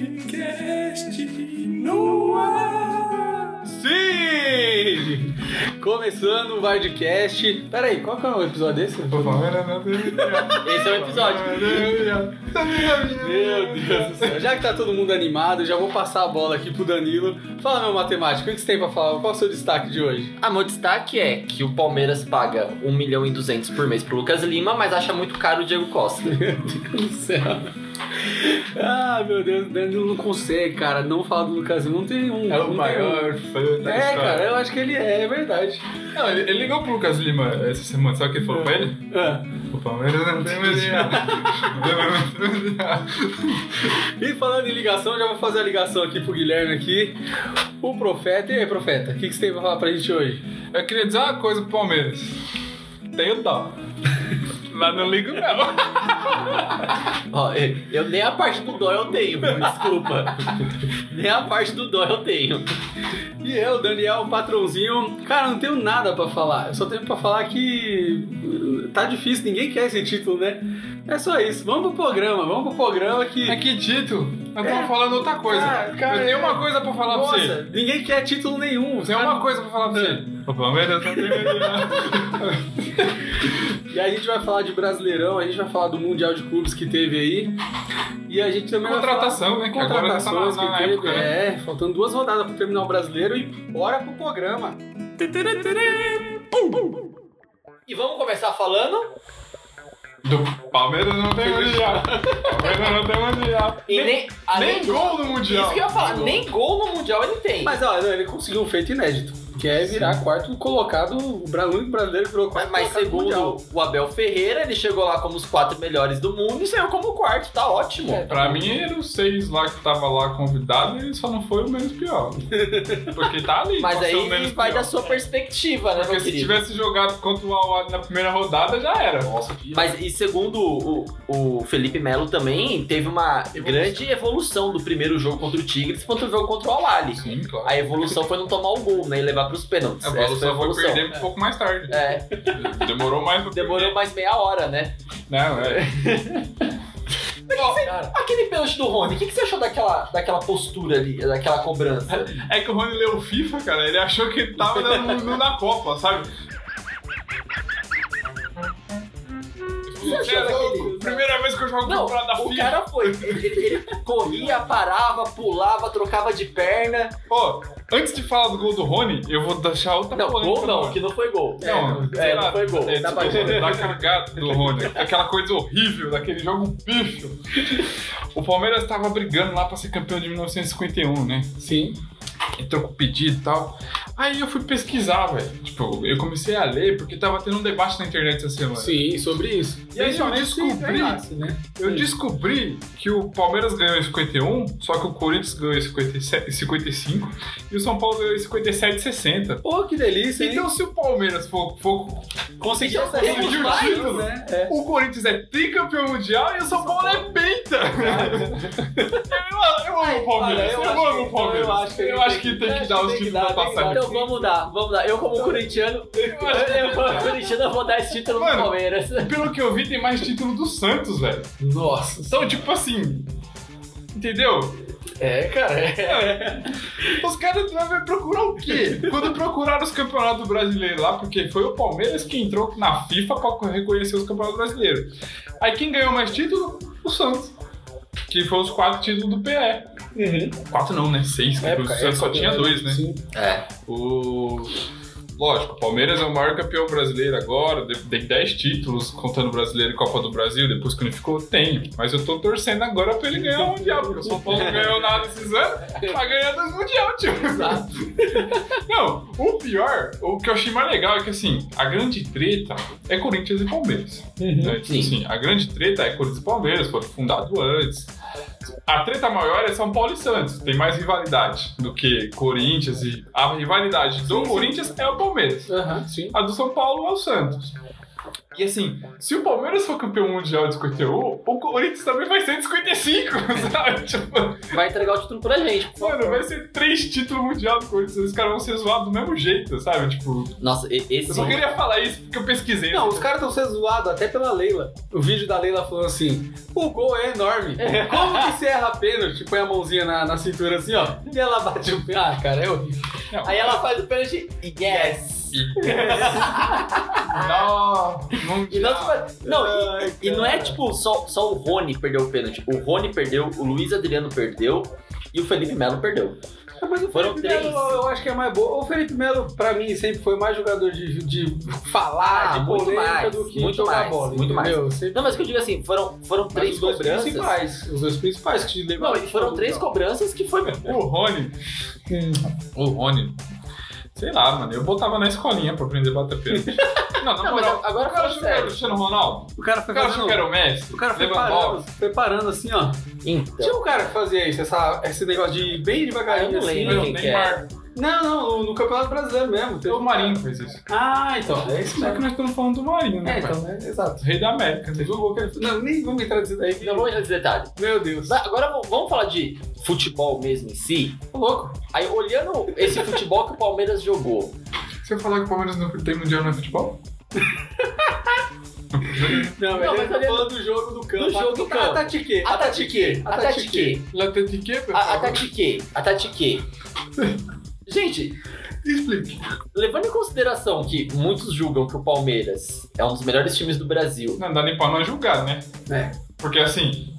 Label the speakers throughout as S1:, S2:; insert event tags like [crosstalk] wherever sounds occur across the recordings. S1: Vardcast no ar.
S2: Sim! Começando o Vardcast. Peraí, qual que é o episódio desse? Esse é o episódio. Meu Deus do céu. Já que tá todo mundo animado, já vou passar a bola aqui pro Danilo. Fala, meu matemático, o que você tem pra falar? Qual é o seu destaque de hoje? [laughs]
S3: Ah, meu destaque é que o Palmeiras paga 1 milhão e 200 por mês pro Lucas Lima, mas acha muito caro o Diego Costa.
S2: do céu. Ah, meu Deus, o Danilo não consegue, cara. Não fala do Lucas, não tem um.
S1: É o
S2: não tem um.
S1: maior fã da
S2: É,
S1: história.
S2: cara, eu acho que ele é, é verdade.
S1: Não, ele, ele ligou pro Lucas Lima essa semana, sabe o que ele falou pra ele?
S2: Ah.
S1: O Palmeiras não tem mundial. Não tem mundial.
S2: E falando em ligação, já vou fazer a ligação aqui pro Guilherme aqui. O Profeta, e aí, Profeta, o que, que você tem pra falar pra gente hoje?
S1: [laughs] Eu queria dizer uma coisa pro Palmeiras. Tem o tal. Mas não ligo não.
S3: Ó, eu eu- nem a parte do dó eu tenho, viu? desculpa. [laughs] nem a parte do dó eu tenho.
S2: E eu, Daniel, patrãozinho, cara, não tenho nada pra falar. Eu só tenho pra falar que uh, tá difícil, ninguém quer esse título, né? É só isso. Vamos pro programa, vamos pro programa que.
S1: Mas É que título? Nós estamos falando outra coisa.
S2: Ah, cara,
S1: eu tenho uma coisa pra falar pra você.
S2: Nossa, ninguém quer título nenhum.
S1: Tem
S2: sabe?
S1: uma coisa pra falar pra você. O Palmeiras não tem mundial.
S2: E a gente vai falar de Brasileirão, a gente vai falar do Mundial de Clubes que teve aí. E a gente também
S1: Contratação, né,
S2: vai
S1: que
S2: falar
S1: agora
S2: contratações
S1: tá na- na
S2: que teve.
S1: época,
S2: É, faltando duas rodadas pro terminar o brasileiro e bora pro programa.
S3: E vamos começar falando?
S1: Do Palmeiras não tem mundial. Palmeiras não tem mundial.
S3: E nem, além
S1: Nem
S3: do-
S1: gol no mundial.
S3: Isso que eu ia falar, nem gol no Mundial ele tem. Mas,
S2: Mas ó, ele conseguiu um feito inédito, que é virar quarto colocado, o bra- único brasileiro que virou quarto
S3: mas
S2: colocado no Mundial.
S3: segundo o Abel Ferreira, ele chegou lá como os quatro melhores do mundo e saiu como o quarto, tá ótimo.
S1: Pra mim eram os seis lá que tava lá convidado e só não foi o menos pior. Porque tá ali.
S3: Mas
S1: pra ser o
S3: aí
S1: menos
S3: vai
S1: pior.
S3: da sua perspectiva, né,
S1: Porque
S3: meu
S1: se
S3: querido?
S1: tivesse jogado contra o Awad na primeira rodada, já era. Nossa, que...
S3: Mas e segundo o, o Felipe Melo também, teve uma grande evolução do primeiro jogo contra o Tigres contra o jogo contra o Awali.
S1: Sim, claro.
S3: A evolução foi não tomar o gol, né? E levar pros pênaltis.
S1: A
S3: Essa
S1: bola
S3: foi a
S1: só foi
S3: evolução.
S1: perder um pouco mais tarde.
S3: É,
S1: Demorou mais pra
S3: demorou mais meia hora, né?
S1: perder. Não, é. Ó,
S3: Cara, aquele pênalti do Rony, o que, que você achou daquela, daquela postura ali, daquela cobrança?
S1: É que o Rony leu o FIFA, cara, ele achou que ele tava dando no na Copa, sabe? Você é louco? Primeira vez que eu jogo
S3: Não,
S1: com o da
S3: o
S1: FIFA.
S3: cara foi. Ele, ele corria, parava, pulava, trocava de perna.
S1: Ó, antes de falar do gol do Rony, eu vou deixar outra
S3: Não,
S1: polêmica no
S3: gol não,
S1: ar.
S3: que não foi gol.
S1: tá Não,
S3: é,
S1: sei
S3: é,
S1: lá,
S3: não foi gol.
S1: É,
S3: Tá
S1: desculpa,
S3: bom.
S1: da cagada do Rony. Aquela coisa horrível daquele jogo bicho. O Palmeiras tava brigando lá pra ser campeão de 1951, né?
S2: Sim.
S1: entrou com pedido e tal. Aí eu fui pesquisar, velho. Tipo, eu comecei a ler porque tava tendo um debate na internet essa semana.
S2: Sim, sobre isso.
S1: E aí eu
S2: Principalmente se
S1: descobri-
S2: ganhasse, né?
S1: Eu
S2: Sim.
S1: descobri que o Palmeiras ganhou em 51, só que o Corinthians ganhou em 57, 55 e o São Paulo ganhou em 57 60.
S2: Pô, que delícia, hein?
S1: Então se o Palmeiras for, for-
S2: conseguiu
S3: já
S2: essa
S3: conseguiu
S2: revanche,
S1: mais,
S2: né? É.
S1: o Corinthians é tricampeão mundial e o São Paulo é
S2: [laughs]
S1: penta. eu, eu amo o Palmeiras. Eu,
S2: Olha, eu acho
S1: amo
S2: que-
S1: o Palmeiras.
S2: eu acho que
S1: Eu acho que tem que dar os títulos da
S2: tem que dar.
S1: passagem.
S3: Então vamos dar, vamos dar. Eu como corintiano, eu como corintiano eu vou dar esse título
S1: Mano.
S3: no Palmeiras.
S1: Pelo que eu vi, tem mais título do Santos, velho.
S2: Nossa.
S1: Então, tipo assim. Entendeu?
S3: É, cara.
S1: Os caras vão procurar o quê? Quando procuraram os campeonatos brasileiros lá, porque foi o Palmeiras que entrou na FIFA pra reconhecer os campeonatos brasileiros. Aí quem ganhou mais título? O Santos. Que foi os quatro títulos do PE. Quatro não, né? Seis, porque o Santos só tinha dois, né?
S2: Sim.
S3: É.
S1: O... Lógico, o Palmeiras é o maior campeão brasileiro agora, de- tem 10 títulos, contando brasileiro e Copa do Brasil, depois que unificou, tem. Mas eu tô torcendo agora pra ele ganhar o Mundial, porque o São Paulo não ganhou nada esses anos, tá ganhando dois Mundial, tio.
S3: Exato.
S1: Não, o pior, o que eu achei mais legal é que assim, a grande treta é Corinthians e Palmeiras. Né? Tipo
S3: Uhum. Sim.
S1: assim, a grande treta é Corinthians e Palmeiras, foram fundados antes. A treta maior é São Paulo e Santos. Tem mais rivalidade do que Corinthians e. A rivalidade do Corinthians é o Palmeiras.
S2: Aham, sim.
S1: A do São Paulo é o Santos. E assim, se o Palmeiras for campeão mundial de 51, o Corinthians também vai ser de 55, [laughs] sabe? Tipo,
S3: Vai entregar o título pra gente. por favor.
S1: mano, vai ser três títulos mundial do Corinthians. Esses caras vão ser zoados do mesmo jeito, sabe? Tipo,
S3: Nossa, e- esse.
S1: eu só queria falar isso porque eu pesquisei.
S2: Não, os caras estão sendo zoados até pela Leila. O vídeo da Leila falando assim: o gol é enorme. Como que você erra pênalti? Põe a mãozinha na, na cintura assim, ó. E ela bate o pé. Ah, cara, é horrível.
S1: Não.
S3: Aí ela faz o pênalti. Yes!
S1: assim, Não,
S3: Ah. E não,
S1: mundial.
S3: tipo, não, e- e, não é tipo só, só o Rony perdeu o pênalti. O Rony perdeu, o Luiz Adriano perdeu e o Felipe Melo perdeu.
S2: Mas o
S3: Foram
S2: Felipe
S3: três.
S2: Melo eu acho que é mais boa. O Felipe Melo, pra mim, sempre foi mais jogador de, de falar,
S3: Ah,
S2: de
S3: muito
S2: polêmica
S3: mais,
S2: do que
S3: muito
S2: jogar
S3: mais,
S2: bola.
S3: muito mais.
S2: entendeu? Sempre-
S3: Não, mas o que eu digo assim, foram, foram
S2: Mas
S3: três
S2: os dois
S3: cobranças.
S2: principais. Os dois principais que te
S3: Não,
S2: levaram. então.
S3: e foram três cobranças que foi.
S1: O Rony. O Rony. Sei lá, mano. Eu botava na escolinha pra aprender a bater
S3: [laughs]
S1: pênalti. Não, na
S3: Não, mas é-
S1: moral.
S3: agora
S1: O cara achou
S3: fala
S1: que era o
S3: sério.
S1: Cristiano Ronaldo?
S2: O cara foi
S1: O cara achou que era
S2: fazendo...
S1: o Messi?
S2: O cara foi
S1: Lewandowski?
S2: parando, foi parando assim, ó. Tinha
S3: Então.
S2: um cara que fazia isso, essa, esse negócio de ir bem
S3: Ah,
S2: devagarinho
S3: eu não
S2: assim.
S3: lembro.
S1: Não,
S3: Quem que é?
S1: Neymar.
S2: Não, não, no, no Campeonato Brasileiro mesmo. teve-
S1: O Marinho fez isso.
S2: Ah, então, é isso [laughs]
S1: Só que
S2: mesmo.
S1: nós estamos falando do Marinho,
S2: É,
S1: né? cara?
S2: então, é, exato.
S1: Rei da América. né?
S2: Teve um gol que ele... Não, nem vamos entrar nisso daí. que-
S3: Não vou entrar nesse detalhe.
S2: Meu Deus.
S3: Mas Agora v- vamos falar de futebol mesmo em si.
S2: Tá louco.
S3: Aí olhando esse futebol que o Palmeiras jogou.
S1: Você falar que o Palmeiras não tem mundial no futebol?
S2: Não,
S3: mas
S2: mas
S3: eu
S2: ele
S3: tô
S2: tá falando do jogo do campo. Ah, tá,
S3: Do jogo do campo.
S2: A Tatique.
S3: A Tatique, a Tatique,
S1: Latetique,
S3: a a
S1: pessoal.
S3: Tatique, a Tatique. Gente,
S1: Explique.
S3: Levando em consideração que muitos julgam que o Palmeiras é um dos melhores times do Brasil
S1: Não dá nem pra nós julgar, né?
S2: É.
S1: Porque assim,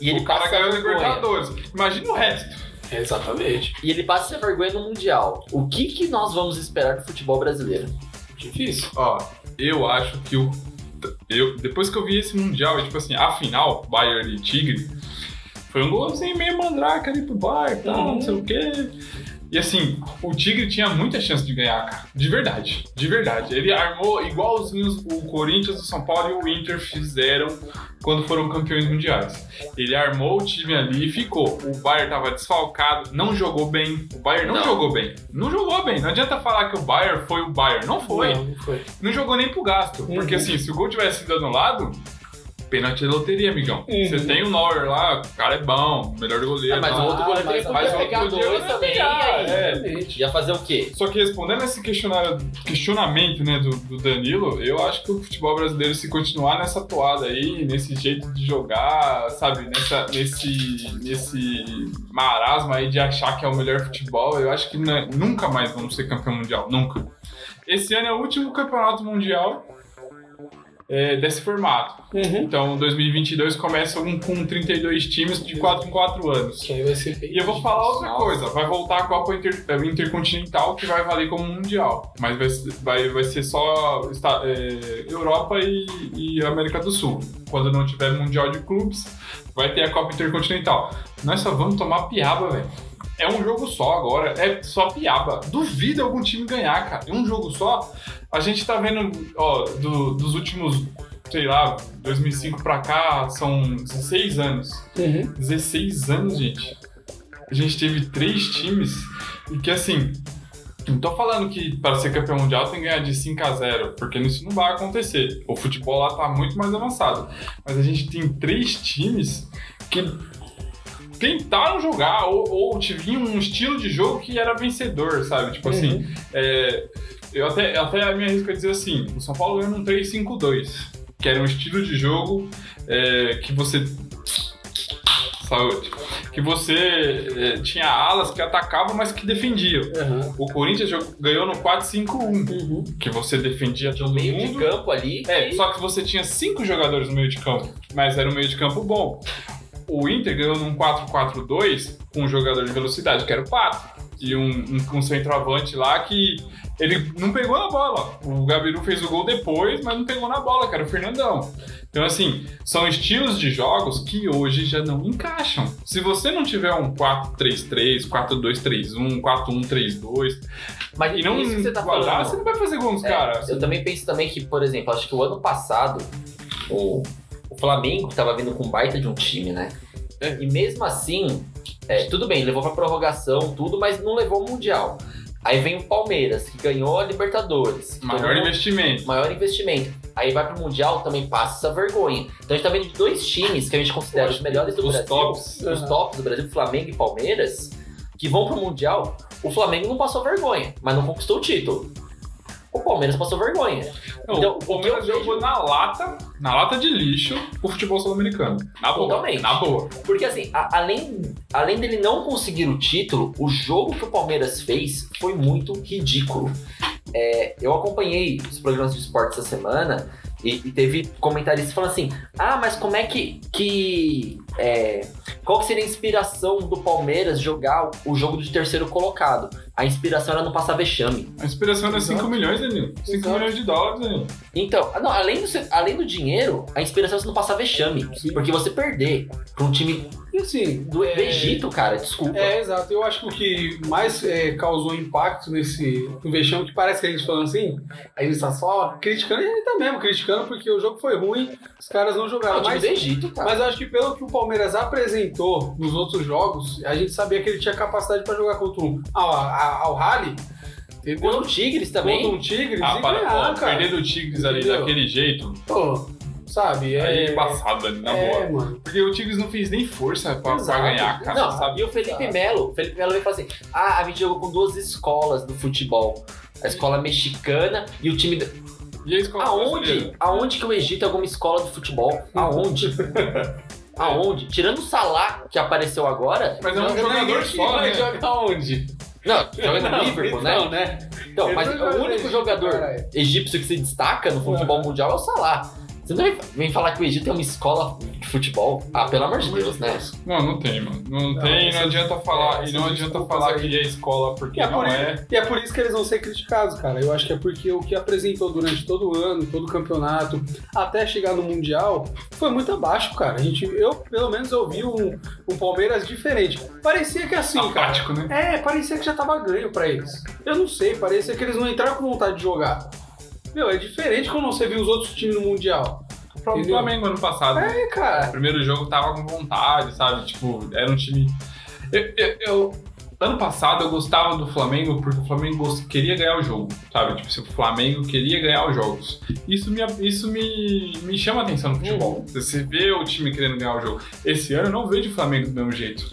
S3: e ele
S1: o cara
S3: passa
S1: ganhou a
S3: vergonha,
S1: Libertadores. Imagina o resto.
S2: Exatamente.
S3: e ele passa essa vergonha no Mundial, o que, que nós vamos esperar do futebol brasileiro?
S2: Difícil.
S1: Ó, eu acho que o. Eu, depois que eu vi esse Mundial, e, tipo assim, a final, Bayern e Tigre, foi um golzinho meio mandrake ali pro Bayern e tal, não sei o quê. E assim, o Tigre tinha muita chance de ganhar, cara. De verdade, de verdade. Ele armou igualzinho os- o Corinthians, o São Paulo e o Inter fizeram quando foram campeões mundiais. Ele armou o time ali e ficou. O Bayern tava desfalcado, não jogou bem. O Bayern não,
S3: Não.
S1: jogou bem. Não jogou bem. Não adianta falar que o Bayern foi o Bayern. Não foi
S2: Não, não foi.
S1: não jogou nem pro gasto.
S2: Uhum.
S1: Porque assim, se o gol tivesse sido anulado, pênalti é loteria, amigão.
S2: Uhum.
S1: Você tem o Neuer lá, o cara é bom, melhor goleiro.
S3: Ah, mas
S1: lá.
S3: o outro goleiro
S2: mas-
S3: teria
S1: mas
S3: podia
S1: outro
S3: pegar
S1: goleiro
S3: dois
S1: ia
S3: também,
S1: pegar,
S3: e aí?
S1: é.
S2: Exatamente.
S3: Ia fazer o quê?
S1: Só que respondendo esse questionário- questionamento né, do, do Danilo, eu acho que o futebol brasileiro, se continuar nessa toada aí, nesse jeito de jogar, sabe, nessa, nesse, nesse marasma aí de achar que é o melhor futebol, eu acho que né, nunca mais vamos ser campeão mundial, nunca. Esse ano é o último campeonato mundial é, desse formato.
S2: Uhum.
S1: Então, 2022 começa um com 32 times de 4 em 4 anos.
S2: Isso aí vai ser bem
S1: E eu vou falar outra
S3: Nossa.
S1: coisa, vai voltar a Copa Inter- eh, Intercontinental, que vai valer como Mundial, mas vai, ser- vai, vai ser só esta- eh, Europa e, e América do Sul. Quando não tiver Mundial de Clubes, vai ter a Copa Intercontinental. Nós só vamos tomar piaba, velho. É um jogo só agora, é só piaba. Duvido algum time ganhar, cara. É um jogo só. A gente tá vendo, ó, do- dos últimos, sei lá, 2005 pra cá, são 16 anos.
S2: Uhum.
S1: 16 anos, gente. A gente teve três times e que assim. Não tô falando que para ser campeão mundial tem que ganhar de 5 a 0, porque isso não vai acontecer. O futebol lá tá muito mais avançado. Mas a gente tem três times que tentaram jogar ou, ou tiveram um estilo de jogo que era vencedor, sabe? Tipo assim, é, eu até, até me arrisco a dizer assim: o São Paulo ganhou um 3-5-2, que era um estilo de jogo é, que você. Saúde. Que você é, tinha alas que atacavam, mas que defendiam.
S2: Uhum.
S1: O Corinthians jogou- ganhou no 4-5-1,
S2: Uhum.
S1: que você defendia todo
S3: um Meio de
S1: mundo.
S3: campo ali.
S1: É,
S3: que-
S1: só que você tinha cinco jogadores no meio de campo, mas era um meio de campo bom. O Inter ganhou num 4-4-2 com um jogador de velocidade, que era o Pato. E um, um, um centroavante lá que ele não pegou na bola. O Gabiru fez o gol depois, mas não pegou na bola, que era o Fernandão. Então, assim, são estilos de jogos que hoje já não encaixam. Se você não tiver um 4-3-3, 4-2-3-1, 4-1-3-2,
S3: Mas
S1: e não
S3: isso que você tá
S1: igualar,
S3: falando.
S1: você não vai fazer gol nos
S3: É,
S1: caras.
S3: Eu também penso também que, por exemplo, acho que o ano passado o, o Flamengo tava vindo com um baita de um time, né?
S1: É.
S3: E mesmo assim, é, tudo bem, levou pra prorrogação, tudo, mas não levou o Mundial. Aí vem o Palmeiras, que ganhou a Libertadores. que
S1: Maior
S3: tomou
S1: investimento.
S3: o maior investimento. aí vai pro Mundial, também passa essa vergonha. Então a gente tá vendo de dois times que a gente considera os melhores do
S1: Os
S3: Brasil.
S1: tops.
S3: Os
S2: Aham.
S3: tops do Brasil, Flamengo e Palmeiras, que vão pro Mundial. O Flamengo não passou vergonha, mas não conquistou o título. O Palmeiras passou vergonha.
S1: Não,
S3: Então,
S1: o Palmeiras jogou na lata, na lata de lixo, o futebol sul-americano. Na boa.
S3: Totalmente.
S1: Na boa.
S3: Porque assim, a- além, além dele não conseguir o título, o jogo que o Palmeiras fez foi muito ridículo. É, eu acompanhei os programas de esporte essa semana e, e teve comentaristas falando assim: ah, mas como é que. que é, qual que seria a inspiração do Palmeiras jogar o jogo de terceiro colocado? A inspiração era não passar vexame.
S1: A inspiração era
S2: Exato.
S1: 5 milhões, Danilo. 5
S2: Exato.
S1: milhões de dólares, Danilo.
S3: Então, ah, não, além, do, se- além do dinheiro, a inspiração é você não passar vexame.
S2: Sim.
S3: Porque você perder pra um time
S2: E assim,
S3: do,
S2: é-
S3: do Egito, cara, desculpa.
S2: É, exato. Eu acho que o que mais é, causou impacto nesse no vexame, que parece que a gente falando assim, a gente tá só criticando, e a gente tá mesmo criticando, porque o jogo foi ruim, os caras não
S3: É o
S2: jogaram.
S3: time
S2: Mas,
S3: do Egito, cara.
S2: mas eu acho que pelo que o Palmeiras apresentou nos outros jogos, a gente sabia que ele tinha capacidade pra jogar contra um ao, ao Rally,
S3: Contra
S2: entendeu?
S3: o Tigres
S2: Contra
S3: também.
S2: um Tigres
S1: Ah,
S2: e
S1: para,
S2: ganhar,
S1: pô,
S2: cara.
S1: perder do Tigres ali
S2: Entendeu?
S1: daquele jeito,
S2: Pô, sabe? É,
S1: aí é embaçado, Danilo, na boa.
S2: é, mano.
S1: Porque o Tigres não fez nem força pra, pra
S2: Exato.
S1: ganhar, cara.
S3: Não,
S1: sabe?
S3: e o Felipe Melo. O Felipe Melo veio falar assim: ah, a gente jogou com duas escolas do futebol. A escola mexicana e o time. do-
S1: E a escola
S3: Aonde?
S1: brasileira?
S3: Aonde que o Egito é alguma escola de futebol? [laughs] Aonde? Aonde? Tirando o Salah, que apareceu agora.
S1: Mas é um
S2: Joga
S1: jogador
S2: ninguém
S1: só,
S2: vai
S1: né?
S2: jogar onde?
S3: Não, joga no Liverpool, né?
S2: Não, né?
S3: Então,
S2: Ele
S3: mas
S2: não
S3: o
S2: joga no
S3: único
S2: Egito,
S3: jogador
S2: caralho.
S3: egípcio que se destaca no futebol mundial é o Salah. Você não vem- vem falar que o Egito é uma escola de futebol? Ah, pelo amor de Deus, né?
S1: Não, não tem, mano. Não, tem,
S2: essas-
S1: não adianta falar.
S2: é,
S1: e não
S2: essas
S1: adianta
S2: desculpas
S1: falar
S2: aí.
S1: que é escola porque
S2: É,
S1: não
S2: por
S1: é.
S2: E é por isso que eles vão ser criticados, cara. Eu acho que é porque o que apresentou durante todo o ano, todo o campeonato, até chegar no Mundial, foi muito abaixo, cara. A gente, eu, pelo menos, eu vi um, um Palmeiras diferente. Parecia que assim, cara.
S1: Simpático, né?
S2: É, parecia que já tava ganho pra eles. Eu não sei, parecia que eles não entraram com vontade de jogar. Meu, é diferente quando você viu os outros times no Mundial.
S1: O próprio
S2: Entendeu?
S1: Flamengo ano passado.
S2: É, cara.
S1: O primeiro jogo tava com vontade, sabe? Tipo, era um time. Eu, eu- eu- Ano passado eu gostava do Flamengo porque o Flamengo gost- queria ganhar o jogo, sabe? Tipo, se o Flamengo queria ganhar os jogos. Isso me, isso me, me chama a atenção no futebol. Você vê o time querendo ganhar o jogo. Esse ano eu não vejo o Flamengo do mesmo jeito.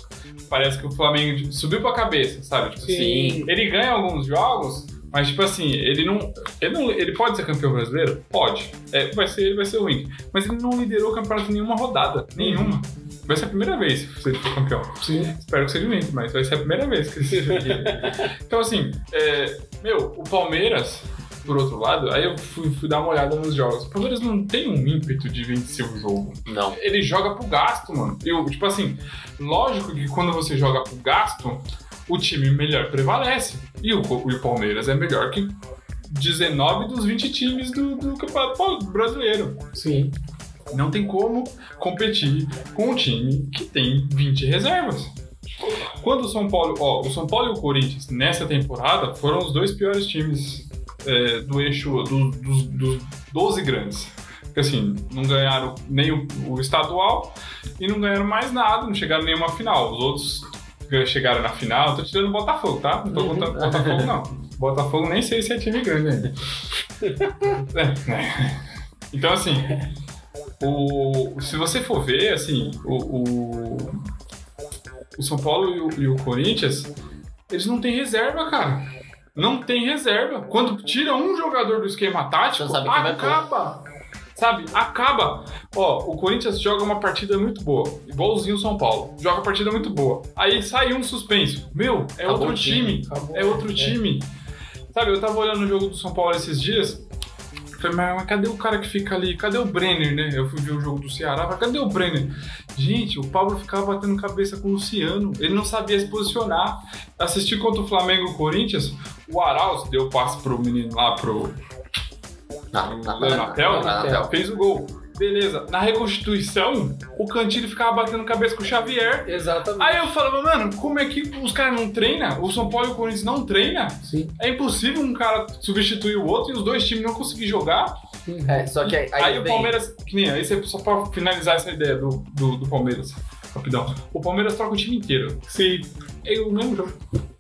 S1: Parece que o Flamengo tipo, subiu pra cabeça, sabe? Tipo assim,
S2: Sim.
S1: ele ganha alguns jogos, mas tipo assim, ele não. Ele, não, ele pode ser campeão brasileiro? Pode. É, vai ser, ele vai ser o Inter. Mas ele não liderou o campeonato em nenhuma rodada. Nenhuma. Vai ser a primeira vez se ele for campeão.
S2: Sim.
S1: Espero que seja o Inter, mas vai ser a primeira vez que ele seja
S2: [laughs]
S1: aqui. Então, assim, é, meu, o Palmeiras, por outro lado, aí eu fui, fui dar uma olhada nos jogos. O Palmeiras não tem um ímpeto de vencer o jogo.
S3: Não.
S1: Ele joga pro gasto, mano. Eu, tipo assim, lógico que quando você joga pro gasto, o time melhor prevalece. E o, e o Palmeiras é melhor que 19 dos 20 times do, do Campeonato Paul- Brasileiro.
S2: Sim.
S1: Não tem como competir com um time que tem 20 reservas. Quando o São Paulo, ó, o São Paulo e o Corinthians nessa temporada foram os dois piores times é, do eixo do- dos dos 12 grandes. Porque assim, não ganharam nem o, o estadual e não ganharam mais nada, não chegaram em nenhuma final. Os outros gan- chegaram na final, tô tirando o Botafogo, tá? Não tô contando o Botafogo, não. Botafogo nem sei se é time grande ainda. [laughs] É, né? Então assim, o, se você for ver, assim, o, o, o São Paulo e o, e o Corinthians, eles não têm reserva, cara. Não tem reserva. Quando tira um jogador do esquema tático,
S3: Você não sabe quem vai pôr.
S1: acaba. Sabe? Acaba. Ó, o Corinthians joga uma partida muito boa. Igualzinho o São Paulo. Joga uma partida muito boa. Aí sai um suspenso. Meu, é
S3: Acabou
S1: outro
S3: o time.
S1: time.
S2: Acabou.
S1: É outro time. Sabe, eu tava olhando o jogo do São Paulo esses dias. Falei, mas, mas cadê o cara que fica ali? Cadê o Brenner, né? Eu fui ver o jogo do Ceará, falei, cadê o Brenner? Gente, o Pablo ficava batendo cabeça com o Luciano. Ele não sabia se posicionar. Assisti contra o Flamengo e o Corinthians. O Arauz deu passe pro menino lá, pro
S3: Não, não, não, não,
S1: Leonatel.
S3: não, não, não.
S1: Fez o gol. Beleza. Na reconstituição, o Cantilho ficava batendo cabeça com o Xavier.
S2: Exatamente.
S1: Aí eu falava, mano, como é que os caras não treinam? O São Paulo e o Corinthians não treinam?
S2: Sim.
S1: É impossível um cara substituir o outro e os dois times não conseguir jogar.
S3: É, só que aí,
S1: Aí, o
S3: vem-
S1: Palmeiras. Que nem, aí você, só pra finalizar essa ideia do, do, do Palmeiras, rapidão. O Palmeiras troca o time inteiro. Sim. É o mesmo jogo.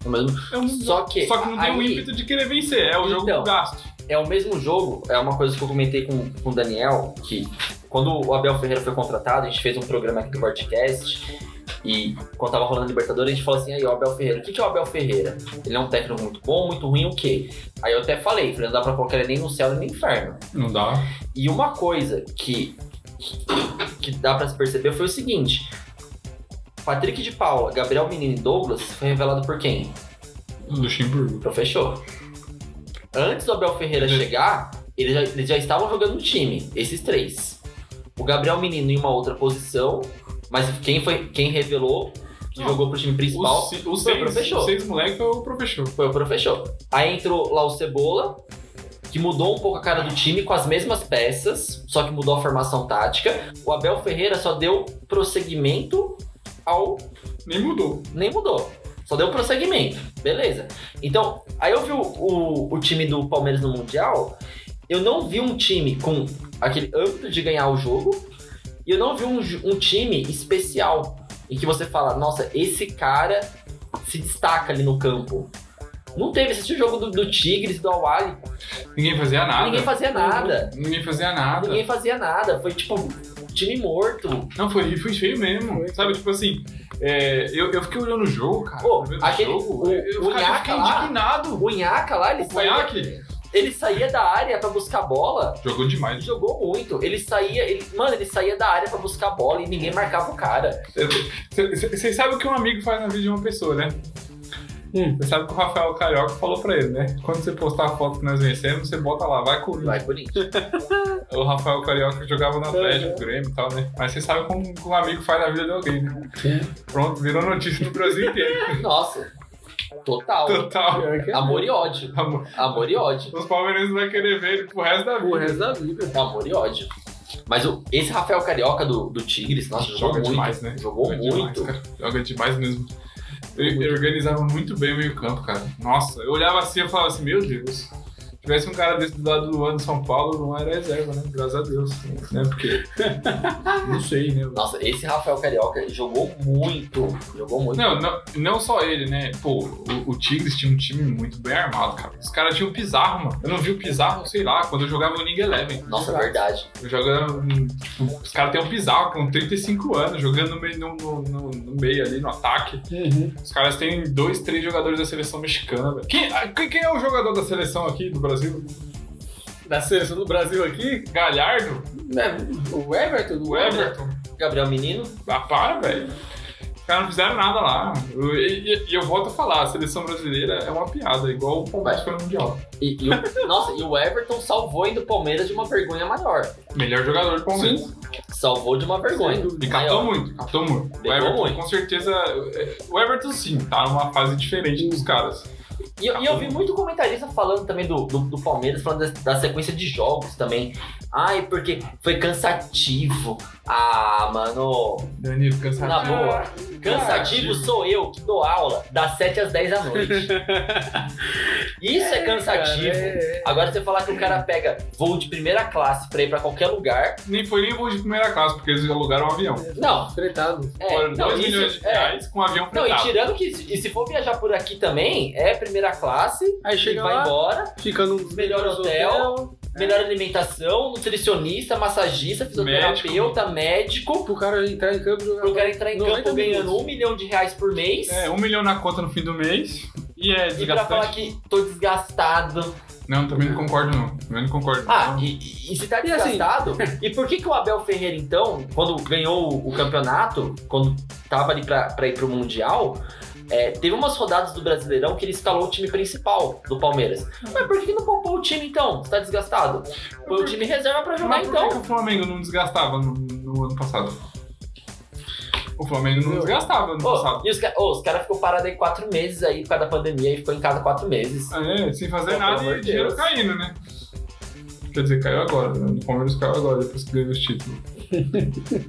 S3: Mas-
S1: É o mesmo jogo.
S3: Só que.
S1: Só que não tem um
S3: aí-
S1: o ímpeto de querer vencer, é o jogo
S3: Então.
S1: do gasto.
S3: é o mesmo jogo, é uma coisa que eu comentei com, com o Daniel, que quando o Abel Ferreira foi contratado, a gente fez um programa aqui do Vortcast, e quando tava rolando Libertadores, a gente falou assim, aí, o Abel Ferreira, o que, que é o Abel Ferreira? Ele é um técnico muito bom, muito ruim, o quê? Aí eu até falei, falei, não dá pra colocar ele nem no céu nem no inferno.
S1: Não dá.
S3: E uma coisa que, que dá pra se perceber foi o seguinte: Patrick de Paula, Gabriel Menino e Douglas foi revelado por quem?
S1: Luxemburgo.
S3: Professor. Antes do Abel Ferreira
S1: Uhum.
S3: chegar, eles já, eles já estavam jogando no time, esses três. O Gabriel Menino em uma outra posição, mas quem foi quem revelou que
S1: Não,
S3: jogou pro time principal
S1: Os, se- os
S3: foi o
S1: seis,
S3: professor.
S1: os seis moleques é o professor.
S3: Foi o professor. Aí entrou lá o Cebola, que mudou um pouco a cara do time com as mesmas peças, só que mudou a formação tática. O Abel Ferreira só deu prosseguimento ao.
S1: Nem mudou.
S3: Nem mudou. Só deu prosseguimento. Beleza. Então, aí eu vi o, o, o time do Palmeiras no Mundial. Eu não vi um time com aquele âmbito de ganhar o jogo. E eu não vi um, ju- um time especial. Em que você fala, nossa, esse cara se destaca ali no campo. Não teve. Esse jogo do, do Tigres, do Awali,
S1: Ninguém fazia nada.
S3: ninguém fazia nada.
S1: Ninguém fazia nada.
S3: Ninguém fazia nada. Foi tipo, time morto.
S1: Não, foi, foi feio mesmo.
S2: Foi.
S1: Sabe, tipo assim, é, eu, eu fiquei olhando o jogo, cara.
S3: Pô,
S1: vendo
S3: aquele-
S1: o jogo,
S3: o-
S1: eu,
S3: o
S1: cara, eu
S3: Nhaka
S1: fiquei
S3: lá.
S1: indignado.
S3: O Inhaca lá, ele
S1: O
S3: saía,
S1: Cunhaque
S3: ele saía da área pra buscar a bola.
S1: jogou
S3: Ele
S1: demais.
S3: jogou muito. Ele saía, ele, mano, ele saía da área pra buscar a bola e ninguém marcava o cara.
S1: Vocês sabem o que um amigo faz na vida de uma pessoa, né?
S2: Hum.
S1: Você sabe que o Rafael Carioca falou pra ele, né? Quando você postar a foto que nós vencemos, você bota lá, vai Corinthians.
S3: Vai, Corinthians.
S1: [laughs] O Rafael Carioca jogava no
S3: É.
S1: Atlético, Grêmio e tal, né? Mas você sabe como que um amigo faz na vida de alguém, né? Pronto, virou notícia no Brasil
S3: [laughs]
S1: inteiro.
S3: Nossa. Total.
S1: Total.
S2: Pior que é.
S3: Amor e ódio.
S1: Amor.
S3: Amor e ódio.
S1: Os palmeirenses vão querer ver ele pro resto da
S2: O
S1: vida.
S2: resto da vida.
S3: Amor e ódio. Mas o- esse Rafael Carioca do, do Tigres, nossa, jogou
S1: Joga
S3: muito.
S1: demais, né?
S3: Jogou
S1: Joga
S3: muito.
S1: demais, cara. Joga demais mesmo. E- e organizaram muito bem o meio-campo, cara. Nossa, eu olhava assim e falava assim: Meu Deus, se tivesse um cara desse do lado do Luan de São Paulo, não era reserva, né? Graças a Deus. Né?
S3: [laughs]
S1: Porque. não sei, né?
S3: Nossa, esse Rafael Carioca jogou muito. Jogou muito.
S1: Não, não, não só ele, né? Pô, o, o Tigres tinha um time muito bem armado, cara. Os caras tinham o Pizarro, mano. Eu não vi o Pizarro, sei lá, quando eu jogava o League Eleven.
S3: Nossa, é verdade.
S1: Eu jogava. hum, tipo, Os caras têm um Pizarro com 35 anos, jogando no meio, no- no- no- no meio ali, no ataque.
S2: Uhum.
S1: Os caras têm dois, três jogadores da seleção mexicana, velho. Quem, a- quem- quem é o jogador da seleção aqui do Brasil?
S2: Da seleção do Brasil aqui,
S1: Galhardo?
S2: né, o Everton,
S1: É, O Everton?
S3: Gabriel Menino,
S1: Ah, para, velho. Os caras não fizeram nada lá. Eu- E e- e eu, volto a falar, a seleção brasileira é uma piada, igual o Palmeiras foi no Mundial.
S3: E, e
S1: [laughs]
S3: o, nossa, e o Everton salvou ainda o Palmeiras de uma vergonha maior.
S1: Melhor jogador do Palmeiras.
S3: Salvou de uma vergonha.
S2: Sem dúvida.
S1: E
S3: maior.
S1: captou muito, captou muito. O
S3: Pegou
S1: Everton,
S3: muito.
S1: com certeza. é, O Everton, sim, tá numa fase diferente dos caras.
S3: E, eu- e eu vi muito comentarista falando também do, do, do Palmeiras, falando da, da sequência de jogos também. Ai, porque foi cansativo. Ah, mano.
S1: Danilo, cansativo.
S3: Na
S2: Ah,
S3: boa. Cansativo sou eu que dou aula das 7 às 10 da noite. Isso é cansativo. Agora você falar que o cara pega voo de primeira classe pra ir pra qualquer lugar.
S1: Nem foi nem voo de primeira classe, porque eles alugaram um avião.
S3: Não,
S2: Fretado.
S3: é.
S1: Foram
S3: não,
S1: 2
S3: isso-
S1: milhões de
S3: é.
S1: reais com um avião
S3: Não, e
S1: fretado.
S3: tirando que e se for viajar por aqui também, é primeira classe,
S2: Aí
S3: e
S2: chega
S3: vai
S2: lá,
S3: embora,
S2: fica num
S3: Melhor hotel, É. melhor alimentação, nutricionista, massagista, fisioterapeuta, médico,
S2: pro cara entrar em campo e jogar.
S3: pro cara entrar em
S2: 90
S3: campo ganhando
S2: minutos.
S3: um milhão de reais por mês.
S1: É, um milhão na conta no fim do mês. E é
S3: E pra falar
S1: desgastante.
S3: que tô desgastado.
S1: Não, também não concordo, não. Também não concordo.
S3: Ah,
S1: não.
S3: e, e- e se tá
S2: E assim-
S1: [laughs]
S3: desgastado. e por que, que o Abel Ferreira, então, quando ganhou o, o campeonato, quando tava ali pra, pra ir pro Mundial, é, teve umas rodadas do Brasileirão que ele escalou o time principal do Palmeiras.
S1: Hum.
S3: Mas por que que não poupou o time então? Você tá desgastado? Põe o time reserva pra jogar
S1: Mas por que
S3: então.
S1: que o Flamengo não desgastava no, no ano passado? O Flamengo não
S2: Meu.
S1: desgastava ano
S3: Ô,
S1: passado.
S3: e os, ca- ô, os caras ficou parado aí quatro meses aí por causa da pandemia e ficou em casa quatro meses.
S1: É, sem fazer
S3: Pelo
S1: nada
S3: amor
S1: e o
S3: de
S1: dinheiro
S3: Deus.
S1: caindo, né? Quer dizer, caiu agora. Né? O Palmeiras caiu agora, depois que ganhou os títulos.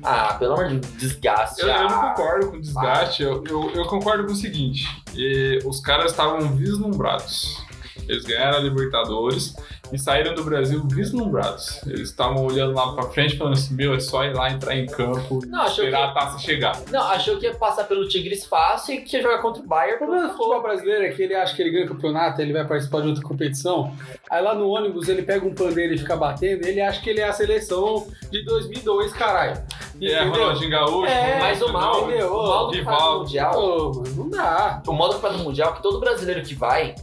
S3: Ah, pelo amor de Deus, desgaste.
S1: Eu, eu não
S3: ah.
S1: concordo com o desgaste. Eu, eu, eu concordo com o seguinte. e os caras estavam vislumbrados. Eles ganharam a Libertadores. e saíram do Brasil vislumbrados. Eles estavam olhando lá pra frente, falando assim: meu, é só ir lá entrar em campo e
S3: Não, achou
S1: esperar a taça chegar.
S3: Não, achou que ia passar pelo Tigres fácil e que ia jogar contra o Bayern.
S2: O problema do futebol brasileiro é que ele acha que ele ganha campeonato, ele vai participar de outra competição. Aí lá no ônibus ele pega um pandeiro e fica batendo, ele acha que ele é a seleção de 2002, caralho.
S1: E é Ronaldinho Gaúcho,
S2: É,
S3: Mas o um mal,
S1: Ronaldo,
S2: entendeu?
S3: o mal do campeonato
S1: Rivaldo.
S3: mundial
S2: Ô, mano, não dá.
S3: o modo campeonato mundial é que todo brasileiro que vai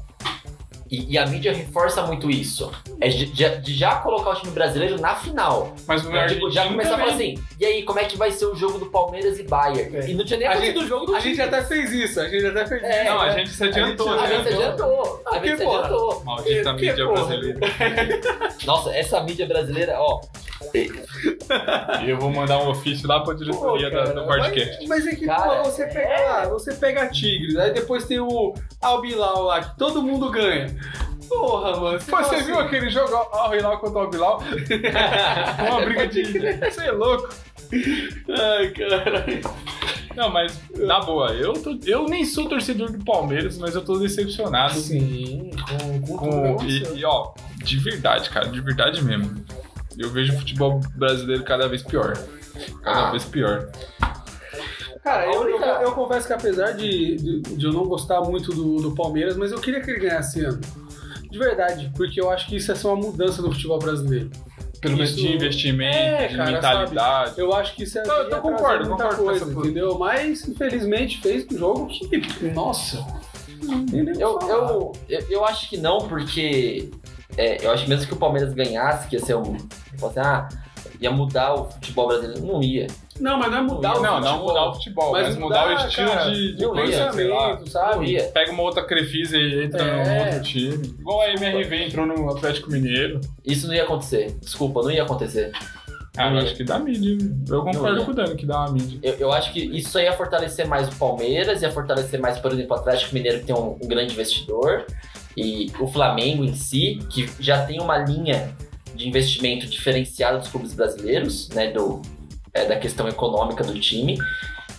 S3: e, e a mídia reforça muito isso é de, de- de já colocar o time brasileiro na final
S1: Mas o
S3: tipo,
S1: Argentino
S3: já começar a
S1: também.
S3: falar assim e aí como é que vai ser o jogo do Palmeiras e Bayern
S2: É.
S3: e não tinha nem
S2: A
S3: acontecido o jogo do
S2: A gente até fez isso, a gente até fez
S3: É,
S2: isso.
S1: Não, a
S2: né?
S1: gente se
S2: A
S1: adiantou,
S2: gente
S3: a
S2: se
S1: né?
S3: gente adiantou, a gente
S2: Que
S3: se
S2: porra.
S3: adiantou.
S1: Maldita
S2: Que
S1: mídia
S2: porra.
S1: brasileira.
S3: Nossa, essa mídia brasileira, ó.
S1: E eu vou mandar um ofício lá pra diretoria
S2: Pô,
S1: é da,
S2: cara,
S1: do
S2: mas-
S1: podcast.
S2: Mas, é que,
S3: Cara,
S2: pô, você
S3: é.
S2: pega lá, você pega Tigres, aí depois tem o Albilau lá, que todo mundo ganha. Porra,
S1: Pô,
S2: mano.
S1: você
S2: fala
S1: viu
S2: assim,
S1: aquele jogo ao Hilal contra o Bilal? Uma briga de. Você é louco.
S2: Ai, caralho.
S1: Não, mas na boa, eu, tô- eu nem sou torcedor do Palmeiras, mas eu tô decepcionado
S2: Sim, com,
S1: com. E, e, ó, de verdade, cara, de verdade mesmo. Eu vejo o futebol brasileiro cada vez pior. Cada
S3: Ah.
S1: vez pior.
S2: Cara,
S3: A
S2: eu, eu,
S3: única-
S2: eu confesso que apesar de, de, de eu não gostar muito do, do Palmeiras, mas eu queria que ele ganhasse ano. De verdade, porque eu acho que isso é só uma mudança no futebol brasileiro.
S1: Pelo menos
S2: Isso-
S1: de investimento,
S2: É,
S1: de
S2: cara,
S1: mentalidade.
S2: Eu acho que isso é.
S1: Não, eu
S2: ia
S1: concordo,
S2: trazer muita
S1: concordo com
S2: coisa,
S1: essa coisa.
S2: entendeu? Mas, infelizmente, fez um jogo que. Nossa!
S3: Eu, eu, eu, eu acho que não, porque é, eu acho que mesmo que o Palmeiras ganhasse, que ia ser um. tipo assim, ah, ia mudar o futebol brasileiro. Não ia.
S2: Não, mas não é mudar o
S1: não,
S2: futebol.
S1: não mudar o futebol, mas, mudar, o estilo
S2: cara,
S1: de, de
S2: o
S1: coisa, sei lá.
S2: pensamento,
S3: Não
S2: sabe?
S3: ia.
S1: Pega uma outra Crefisa e entra
S2: É.
S1: num outro time. Igual a MRV entrou no Atlético Mineiro.
S3: Isso não ia acontecer. Desculpa, não ia acontecer.
S1: Ah, eu
S3: Não
S1: acho que dá mídia. hein? Eu
S3: Não
S1: concordo
S3: ia.
S1: com o Dani que dá uma mídia.
S3: Eu, eu acho que isso aí ia fortalecer mais o Palmeiras, ia fortalecer mais, por exemplo, o Atlético Mineiro, que tem um, um grande investidor, e o Flamengo em si, que já tem uma linha de investimento diferenciada dos clubes brasileiros, né, do, é, da questão econômica do time.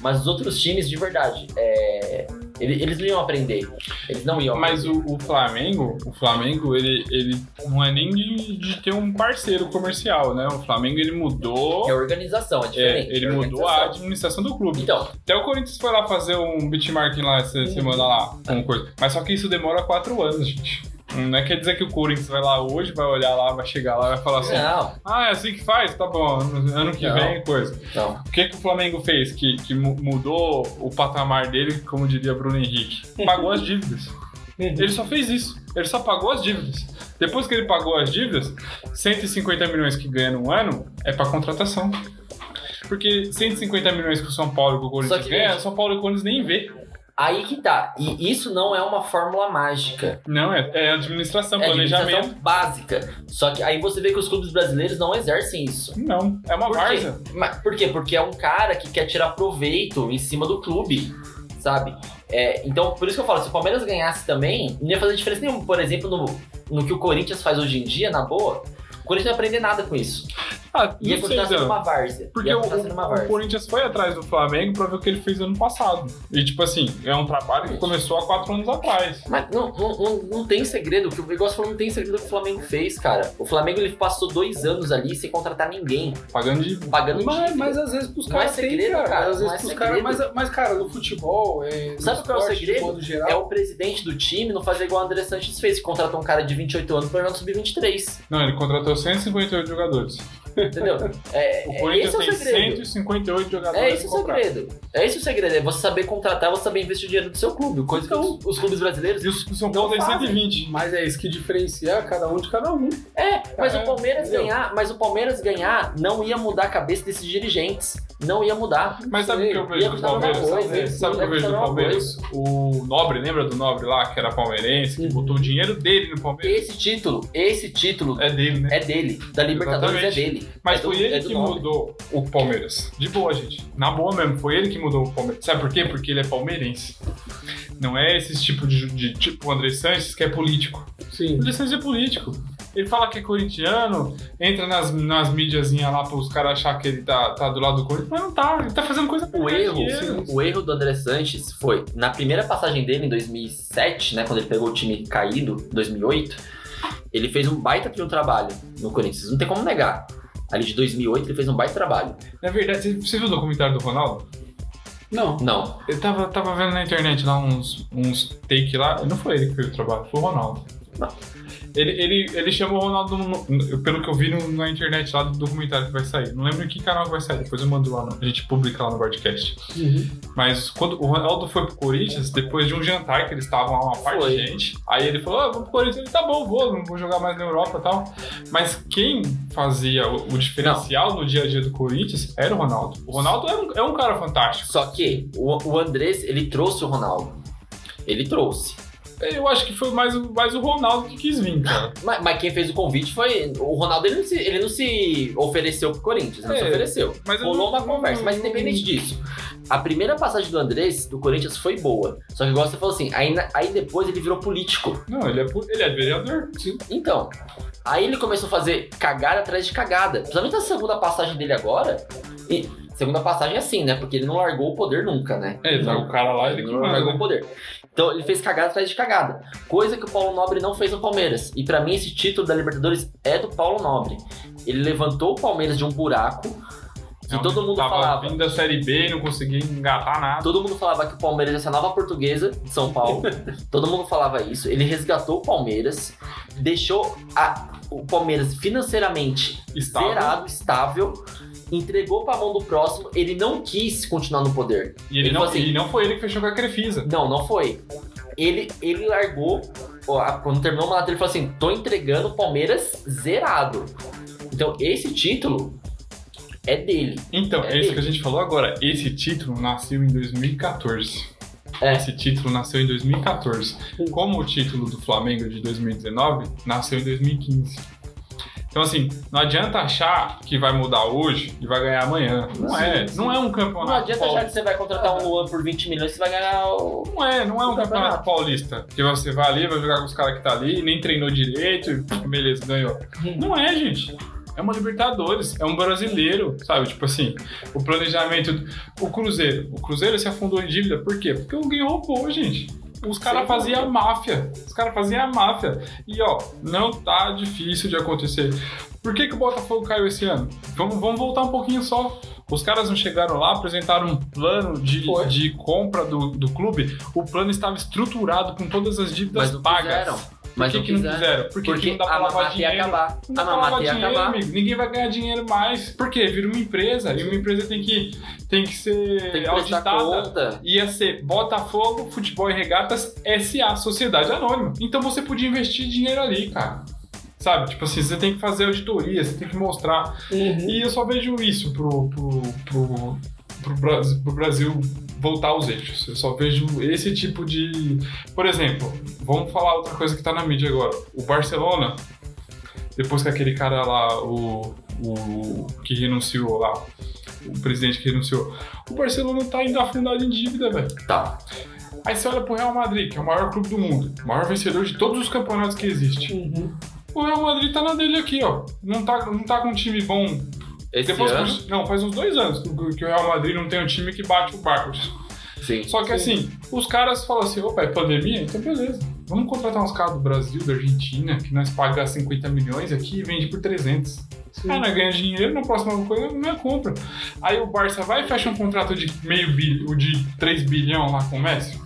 S3: Mas os outros times, de verdade, é, ele- eles não iam aprender. Eles não iam
S1: Mas
S3: aprender.
S1: o, o Flamengo, o Flamengo, ele, ele não é nem de, de ter um parceiro comercial, né? O Flamengo ele mudou.
S3: É organização, é
S1: é,
S3: diferente.
S1: ele
S3: é
S1: mudou a
S3: organização.
S1: administração do clube.
S3: Então,
S1: Até o Corinthians foi lá fazer um bitmarking lá essa semana lá,
S3: É.
S1: com coisa. Mas só que isso demora quatro anos, gente. Não é quer dizer que o Corinthians vai lá hoje, vai olhar lá, vai chegar lá, vai falar assim,
S3: não,
S1: ah, é assim que faz? Tá bom, ano ano que
S3: Não.
S1: vem, coisa.
S3: não.
S1: O que, que o Flamengo fez que, que mu- mudou o patamar dele, como diria Bruno Henrique? Pagou as dívidas.
S3: Uhum.
S1: Ele só fez isso. Ele só pagou as dívidas. Depois que ele pagou as dívidas, 150 milhões que ganha no ano é para contratação. Porque 150 milhões que o São Paulo e o Corinthians
S3: que- é-
S1: ganham, o São Paulo e o Corinthians nem vê.
S3: Aí que tá. E isso não é uma fórmula mágica.
S1: Não, é, é administração,
S3: É
S1: planejamento.
S3: administração básica. Só que aí você vê que os clubes brasileiros não exercem isso.
S1: Não, é uma
S3: Por quê?
S1: várzea.
S3: Mas por quê? Porque é um cara que quer tirar proveito em cima do clube, sabe? É, então, por isso que eu falo, se o Palmeiras ganhasse também, não ia fazer diferença nenhuma. Por exemplo, no, no que o Corinthians faz hoje em dia, na boa, o Corinthians não ia aprender nada com isso.
S1: Ah,
S3: Ia
S1: não sei,
S3: continuar sendo
S1: Dan.
S3: uma várzea.
S1: Porque
S3: ia
S1: o,
S3: continuar sendo é uma
S1: o
S3: várzea.
S1: Corinthians foi atrás do Flamengo pra ver o que ele fez ano passado. E, tipo assim, é um trabalho que começou há quatro anos atrás.
S3: Mas não, não, não, não tem segredo, que o negócio falou, não tem segredo que o Flamengo fez, cara. O Flamengo ele passou dois anos ali sem contratar ninguém,
S1: Pagando de.
S3: pagando
S2: Mas,
S3: dívida.
S2: mas às vezes pros
S3: Não é
S2: caras tem,
S3: segredo,
S2: cara.
S3: cara,
S2: Às
S3: não
S2: vezes
S3: é
S2: pros
S3: segredo.
S2: caras. Mas, mas, cara, no futebol. É, no
S3: Sabe qual é o
S2: esporte,
S3: segredo?
S2: De modo geral,
S3: é o presidente do time não fazer igual o André Sanches fez, que contratou um cara de 28 anos pra jogar no Sub-23.
S1: Não, ele contratou 158 jogadores.
S3: Entendeu?
S1: [laughs]
S3: É,
S1: O
S3: é,
S1: Corinthians
S3: esse é o
S1: tem
S3: segredo.
S1: 158 jogadores.
S3: É esse o
S1: pra comprar.
S3: segredo. É esse o segredo. É você saber contratar, você saber investir o dinheiro do seu clube. Coisa
S2: Então-
S3: que os, os clubes brasileiros.
S1: E o São Paulo tem
S3: Não fazem.
S1: 120.
S2: Mas é isso que diferencia cada um de cada um.
S3: É, mas
S2: É,
S3: o Palmeiras
S2: entendeu?
S3: ganhar, mas o Palmeiras ganhar não ia mudar a cabeça desses dirigentes. Não ia mudar.
S1: Mas sabe o que eu
S3: Ia
S1: vejo do
S3: custar uma
S1: Palmeiras? É,
S3: coisa, hein?
S1: sabe o que
S3: Ia
S1: eu vejo do
S3: custar uma
S1: Palmeiras? O Nobre, lembra do Nobre lá, que era palmeirense, que
S2: Uhum.
S1: botou o dinheiro dele no Palmeiras?
S3: Esse título, esse título é,
S1: É dele, né?
S3: dele. Da Libertadores
S1: Exatamente.
S3: é dele.
S1: Mas
S3: É do-
S1: foi
S3: é
S1: ele
S3: do
S1: que
S3: nome.
S1: mudou o Palmeiras. De boa, gente. Na boa mesmo, foi ele que mudou o Palmeiras. Sabe por quê? Porque ele é palmeirense. Não é esse tipo de, de- tipo o André Sanches que é político. O
S2: Sim.
S1: André Sanches é político. Ele fala que é corintiano, entra nas, nas mídiazinhas lá para os caras acharem que ele tá, tá do lado do Corinthians, mas não tá. Ele tá fazendo coisa pra
S3: O
S1: ganhar
S3: erro,
S1: dinheiro.
S3: o erro do André Sanches foi, na primeira passagem dele em 2007, né, quando ele pegou o time caído, 2008, Ele fez um baita de um trabalho no Corinthians, não tem como negar. Ali de 2008 ele fez um baita trabalho.
S1: Na É verdade, você- você viu o documentário do Ronaldo?
S2: Não.
S3: Não,
S1: Eu tava, tava vendo na internet lá uns, uns take lá. Não foi ele que fez o trabalho, foi o Ronaldo.
S3: Não.
S1: Ele, ele, ele chamou o Ronaldo, no- pelo que eu vi no- na internet lá do documentário que vai sair. Não lembro em que canal que vai sair, depois eu mando lá, no- a gente publica lá no broadcast.
S2: Uhum.
S1: Mas quando o Ronaldo foi pro Corinthians, depois de um jantar que eles estavam lá, uma parte
S3: Foi.
S1: de gente, aí ele falou: ah, vou pro Corinthians, ele tá bom, vou, não vou jogar mais na Europa e tal. Mas quem fazia o, o diferencial no dia a dia do Corinthians era o Ronaldo. O Ronaldo é um, é um cara fantástico.
S3: só que o, o Andrés, ele trouxe o Ronaldo. Ele trouxe.
S1: Eu acho que foi mais, o- mais o Ronaldo que quis vir, cara.
S3: Mas, mas quem fez o convite foi. O Ronaldo ele não se, ele não se ofereceu pro Corinthians, ele não se
S1: É,
S3: ofereceu.
S1: Mas eu
S3: Rolou
S1: não-
S3: uma conversa, mas
S1: Uhum.
S3: independente disso. A primeira passagem do Andrés, do Corinthians, foi boa. Só que igual você falou assim, aí, na- aí depois ele virou político.
S1: Não, ele é, pu- ele é vereador.
S3: Então, aí ele começou a fazer cagada atrás de cagada. Principalmente a segunda passagem dele agora. E segunda passagem é assim, né? Porque ele não largou o poder nunca, né?
S1: É, tá,
S3: Não-
S1: o cara lá, ele que né?
S3: não largou o
S1: manda.
S3: poder. Então ele fez cagada atrás de cagada. Coisa que o Paulo Nobre não fez no Palmeiras. E pra mim esse título da Libertadores é do Paulo Nobre. Ele levantou o Palmeiras de um buraco que
S1: Não,
S3: todo mundo
S1: tava
S3: falava.
S1: vindo da Série B, não conseguia engatar nada.
S3: Todo mundo falava que o Palmeiras ia ser a nova portuguesa de São Paulo. Todo mundo falava isso. Ele resgatou o Palmeiras, deixou a- o Palmeiras financeiramente
S1: Estava.
S3: zerado, estável, entregou pra mão do próximo. Ele não quis continuar no poder.
S1: E ele
S3: Ele
S1: não,
S3: falou assim-
S1: e não foi ele que fechou com a Crefisa.
S3: Não, não foi. Ele, ele largou, ó, a- quando terminou o mandato, ele falou assim: tô entregando o Palmeiras zerado. Então, esse título é dele.
S1: Então, é
S3: É
S1: isso
S3: dele.
S1: que a gente falou agora. Esse título nasceu em 2014.
S3: É.
S1: Esse título nasceu em 2014. Como o título do Flamengo de 2019 nasceu em 2015. Então, assim, não adianta achar que vai mudar hoje e vai ganhar amanhã. Não
S3: Sim,
S1: é.
S3: sim.
S1: Não é um campeonato.
S3: Não adianta
S1: paulista.
S3: achar que você vai contratar um Luan por 20 milhões e vai ganhar o
S1: Não é, não é um
S3: O
S1: campeonato,
S3: campeonato.
S1: paulista. Que você vai ali, vai jogar com os caras que tá ali, nem treinou direito, e, pff, beleza, ganhou.
S3: Hum.
S1: Não é, gente. É uma Libertadores, é um brasileiro, sabe? Tipo assim, o planejamento. O Cruzeiro. O Cruzeiro se afundou em dívida, por quê? Porque alguém roubou, gente. Os caras
S3: Sem
S1: faziam a
S3: dúvida.
S1: máfia. Os caras faziam a máfia. E ó, não tá difícil de acontecer. Por que, que o Botafogo caiu esse ano? Vamos, vamos voltar um pouquinho só. Os caras não chegaram lá, apresentaram um plano de,
S2: Foi.
S1: de compra do, do clube. O plano estava estruturado com todas as dívidas
S3: Mas não
S1: pagas.
S3: fizeram.
S1: Por
S3: Mas
S1: que,
S3: não
S1: que não
S3: fizeram.
S1: fizeram? Por que,
S3: Porque
S1: que não dá
S3: a
S1: pra lavar
S3: mamata ia
S1: dinheiro?
S3: acabar.
S1: Não
S3: A
S1: dá pra lavar
S3: mamata ia
S1: dinheiro,
S3: acabar.
S1: amigo. Ninguém vai ganhar dinheiro mais. Por quê? Vira uma empresa. E uma empresa tem que, tem que ser
S3: Tem que prestar
S1: É auditada
S3: conta.
S1: ia ser Botafogo, Futebol e Regatas SA, Sociedade Anônima. Então você podia investir dinheiro ali, cara. Sabe? Tipo assim, você tem que fazer auditoria, você tem que mostrar.
S2: Uhum.
S1: E eu só vejo isso pro, pro, pro, pro, Brasil, pro Brasil voltar aos eixos. Eu só vejo esse tipo de. Por exemplo, vamos falar outra coisa que tá na mídia agora. O Barcelona, depois que aquele cara lá, o, o que renunciou lá, o presidente que renunciou, o Barcelona tá indo afundado em dívida, velho.
S3: Tá.
S1: Aí você olha pro Real Madrid, que é o maior clube do mundo, o maior vencedor de todos os campeonatos que existe.
S2: Uhum.
S1: O Real Madrid tá na dele aqui, ó. Não tá, não tá com um time bom.
S3: Esse
S1: Depois,
S3: ano,
S1: Não, faz uns dois anos que que o Real Madrid não tem um time que bate o Barcos.
S3: sim.
S1: Só que assim, os caras falam assim, opa, é pandemia? Então beleza. Vamos contratar uns caras do Brasil, da Argentina, que nós paga 50 milhões aqui e vende por 300.
S2: Sim.
S1: Ah, nós ganha dinheiro, na próxima coisa não é compra. Aí o Barça vai e fecha um contrato de meio bilhão, de 3 bilhão lá com o Messi.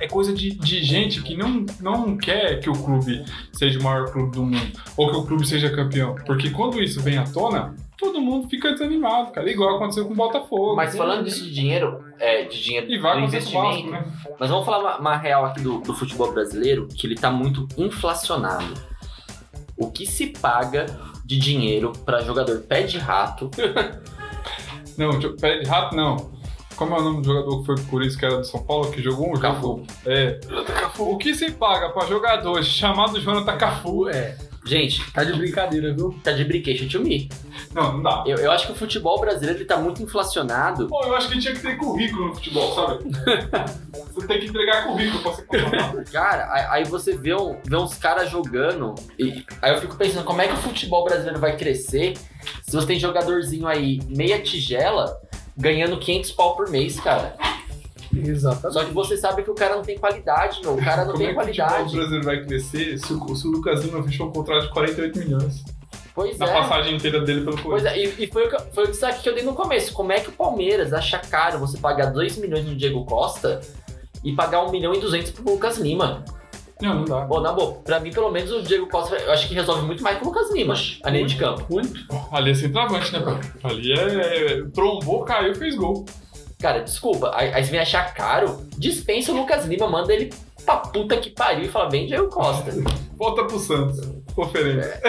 S1: É coisa de, de gente que não, não quer que o clube seja o maior clube do mundo ou que o clube seja campeão. Porque quando isso vem à tona, todo mundo fica desanimado, cara. Igual aconteceu com o Botafogo.
S3: Mas falando disso de dinheiro, é, de dinheiro
S1: E vai
S3: do
S1: acontecer com o Vasco,
S3: investimento,
S1: né?
S3: mas vamos falar uma, uma real aqui do, do futebol brasileiro, que ele tá muito inflacionado. O que se paga de dinheiro pra jogador pé de rato?
S1: Não, jo- pé de rato não. Como é o nome do jogador que foi pro Corinthians, que era do São Paulo, que jogou um jogo?
S3: Cafu.
S1: É. O que se paga pra jogador chamado Jonathan Cafu?
S2: É,
S3: Gente,
S2: tá de brincadeira, viu?
S3: tá de brinquedo to me.
S1: Não, não dá.
S3: Eu, eu acho que o futebol brasileiro ele tá muito inflacionado.
S1: Pô, eu acho que tinha que ter currículo no futebol,
S3: [laughs]
S1: sabe? Você tem que entregar currículo pra ser contratado.
S3: Cara, aí- aí você vê, um, vê uns caras jogando. E aí eu fico pensando, como é que o futebol brasileiro vai crescer se você tem jogadorzinho aí, meia tigela, ganhando 500 pau por mês, cara?
S2: Exatamente.
S3: Só que você sabe que o cara não tem qualidade, meu. O cara não
S1: Como
S3: tem
S1: é que o futebol
S3: qualidade.
S1: brasileiro vai crescer se o, se o Lucas Lima fechou um contrato de 48 milhões
S3: Pois
S1: na
S3: é.
S1: passagem inteira dele pelo
S3: Pois
S1: Corinthians?
S3: é, e, e foi, o que, eu- foi o destaque que eu dei no começo. Como é que o Palmeiras acha caro você pagar 2 milhões no Diego Costa e pagar 1 milhão e 200 pro Lucas Lima? é.
S1: Não, não dá.
S3: Bom, na boa, pra mim, pelo menos, o Diego Costa, eu acho que resolve muito mais que o Lucas Lima, a linha de campo.
S2: Muito.
S1: Ali é centroavante, né, cara? Ali é, é. Trombou, caiu, fez gol.
S3: Cara, desculpa, aí aí você vem achar caro, dispensa o Lucas Lima, manda ele pra puta que pariu e fala, vem
S1: [laughs]
S3: Diego Costa.
S1: Volta pro Santos. Oferenda.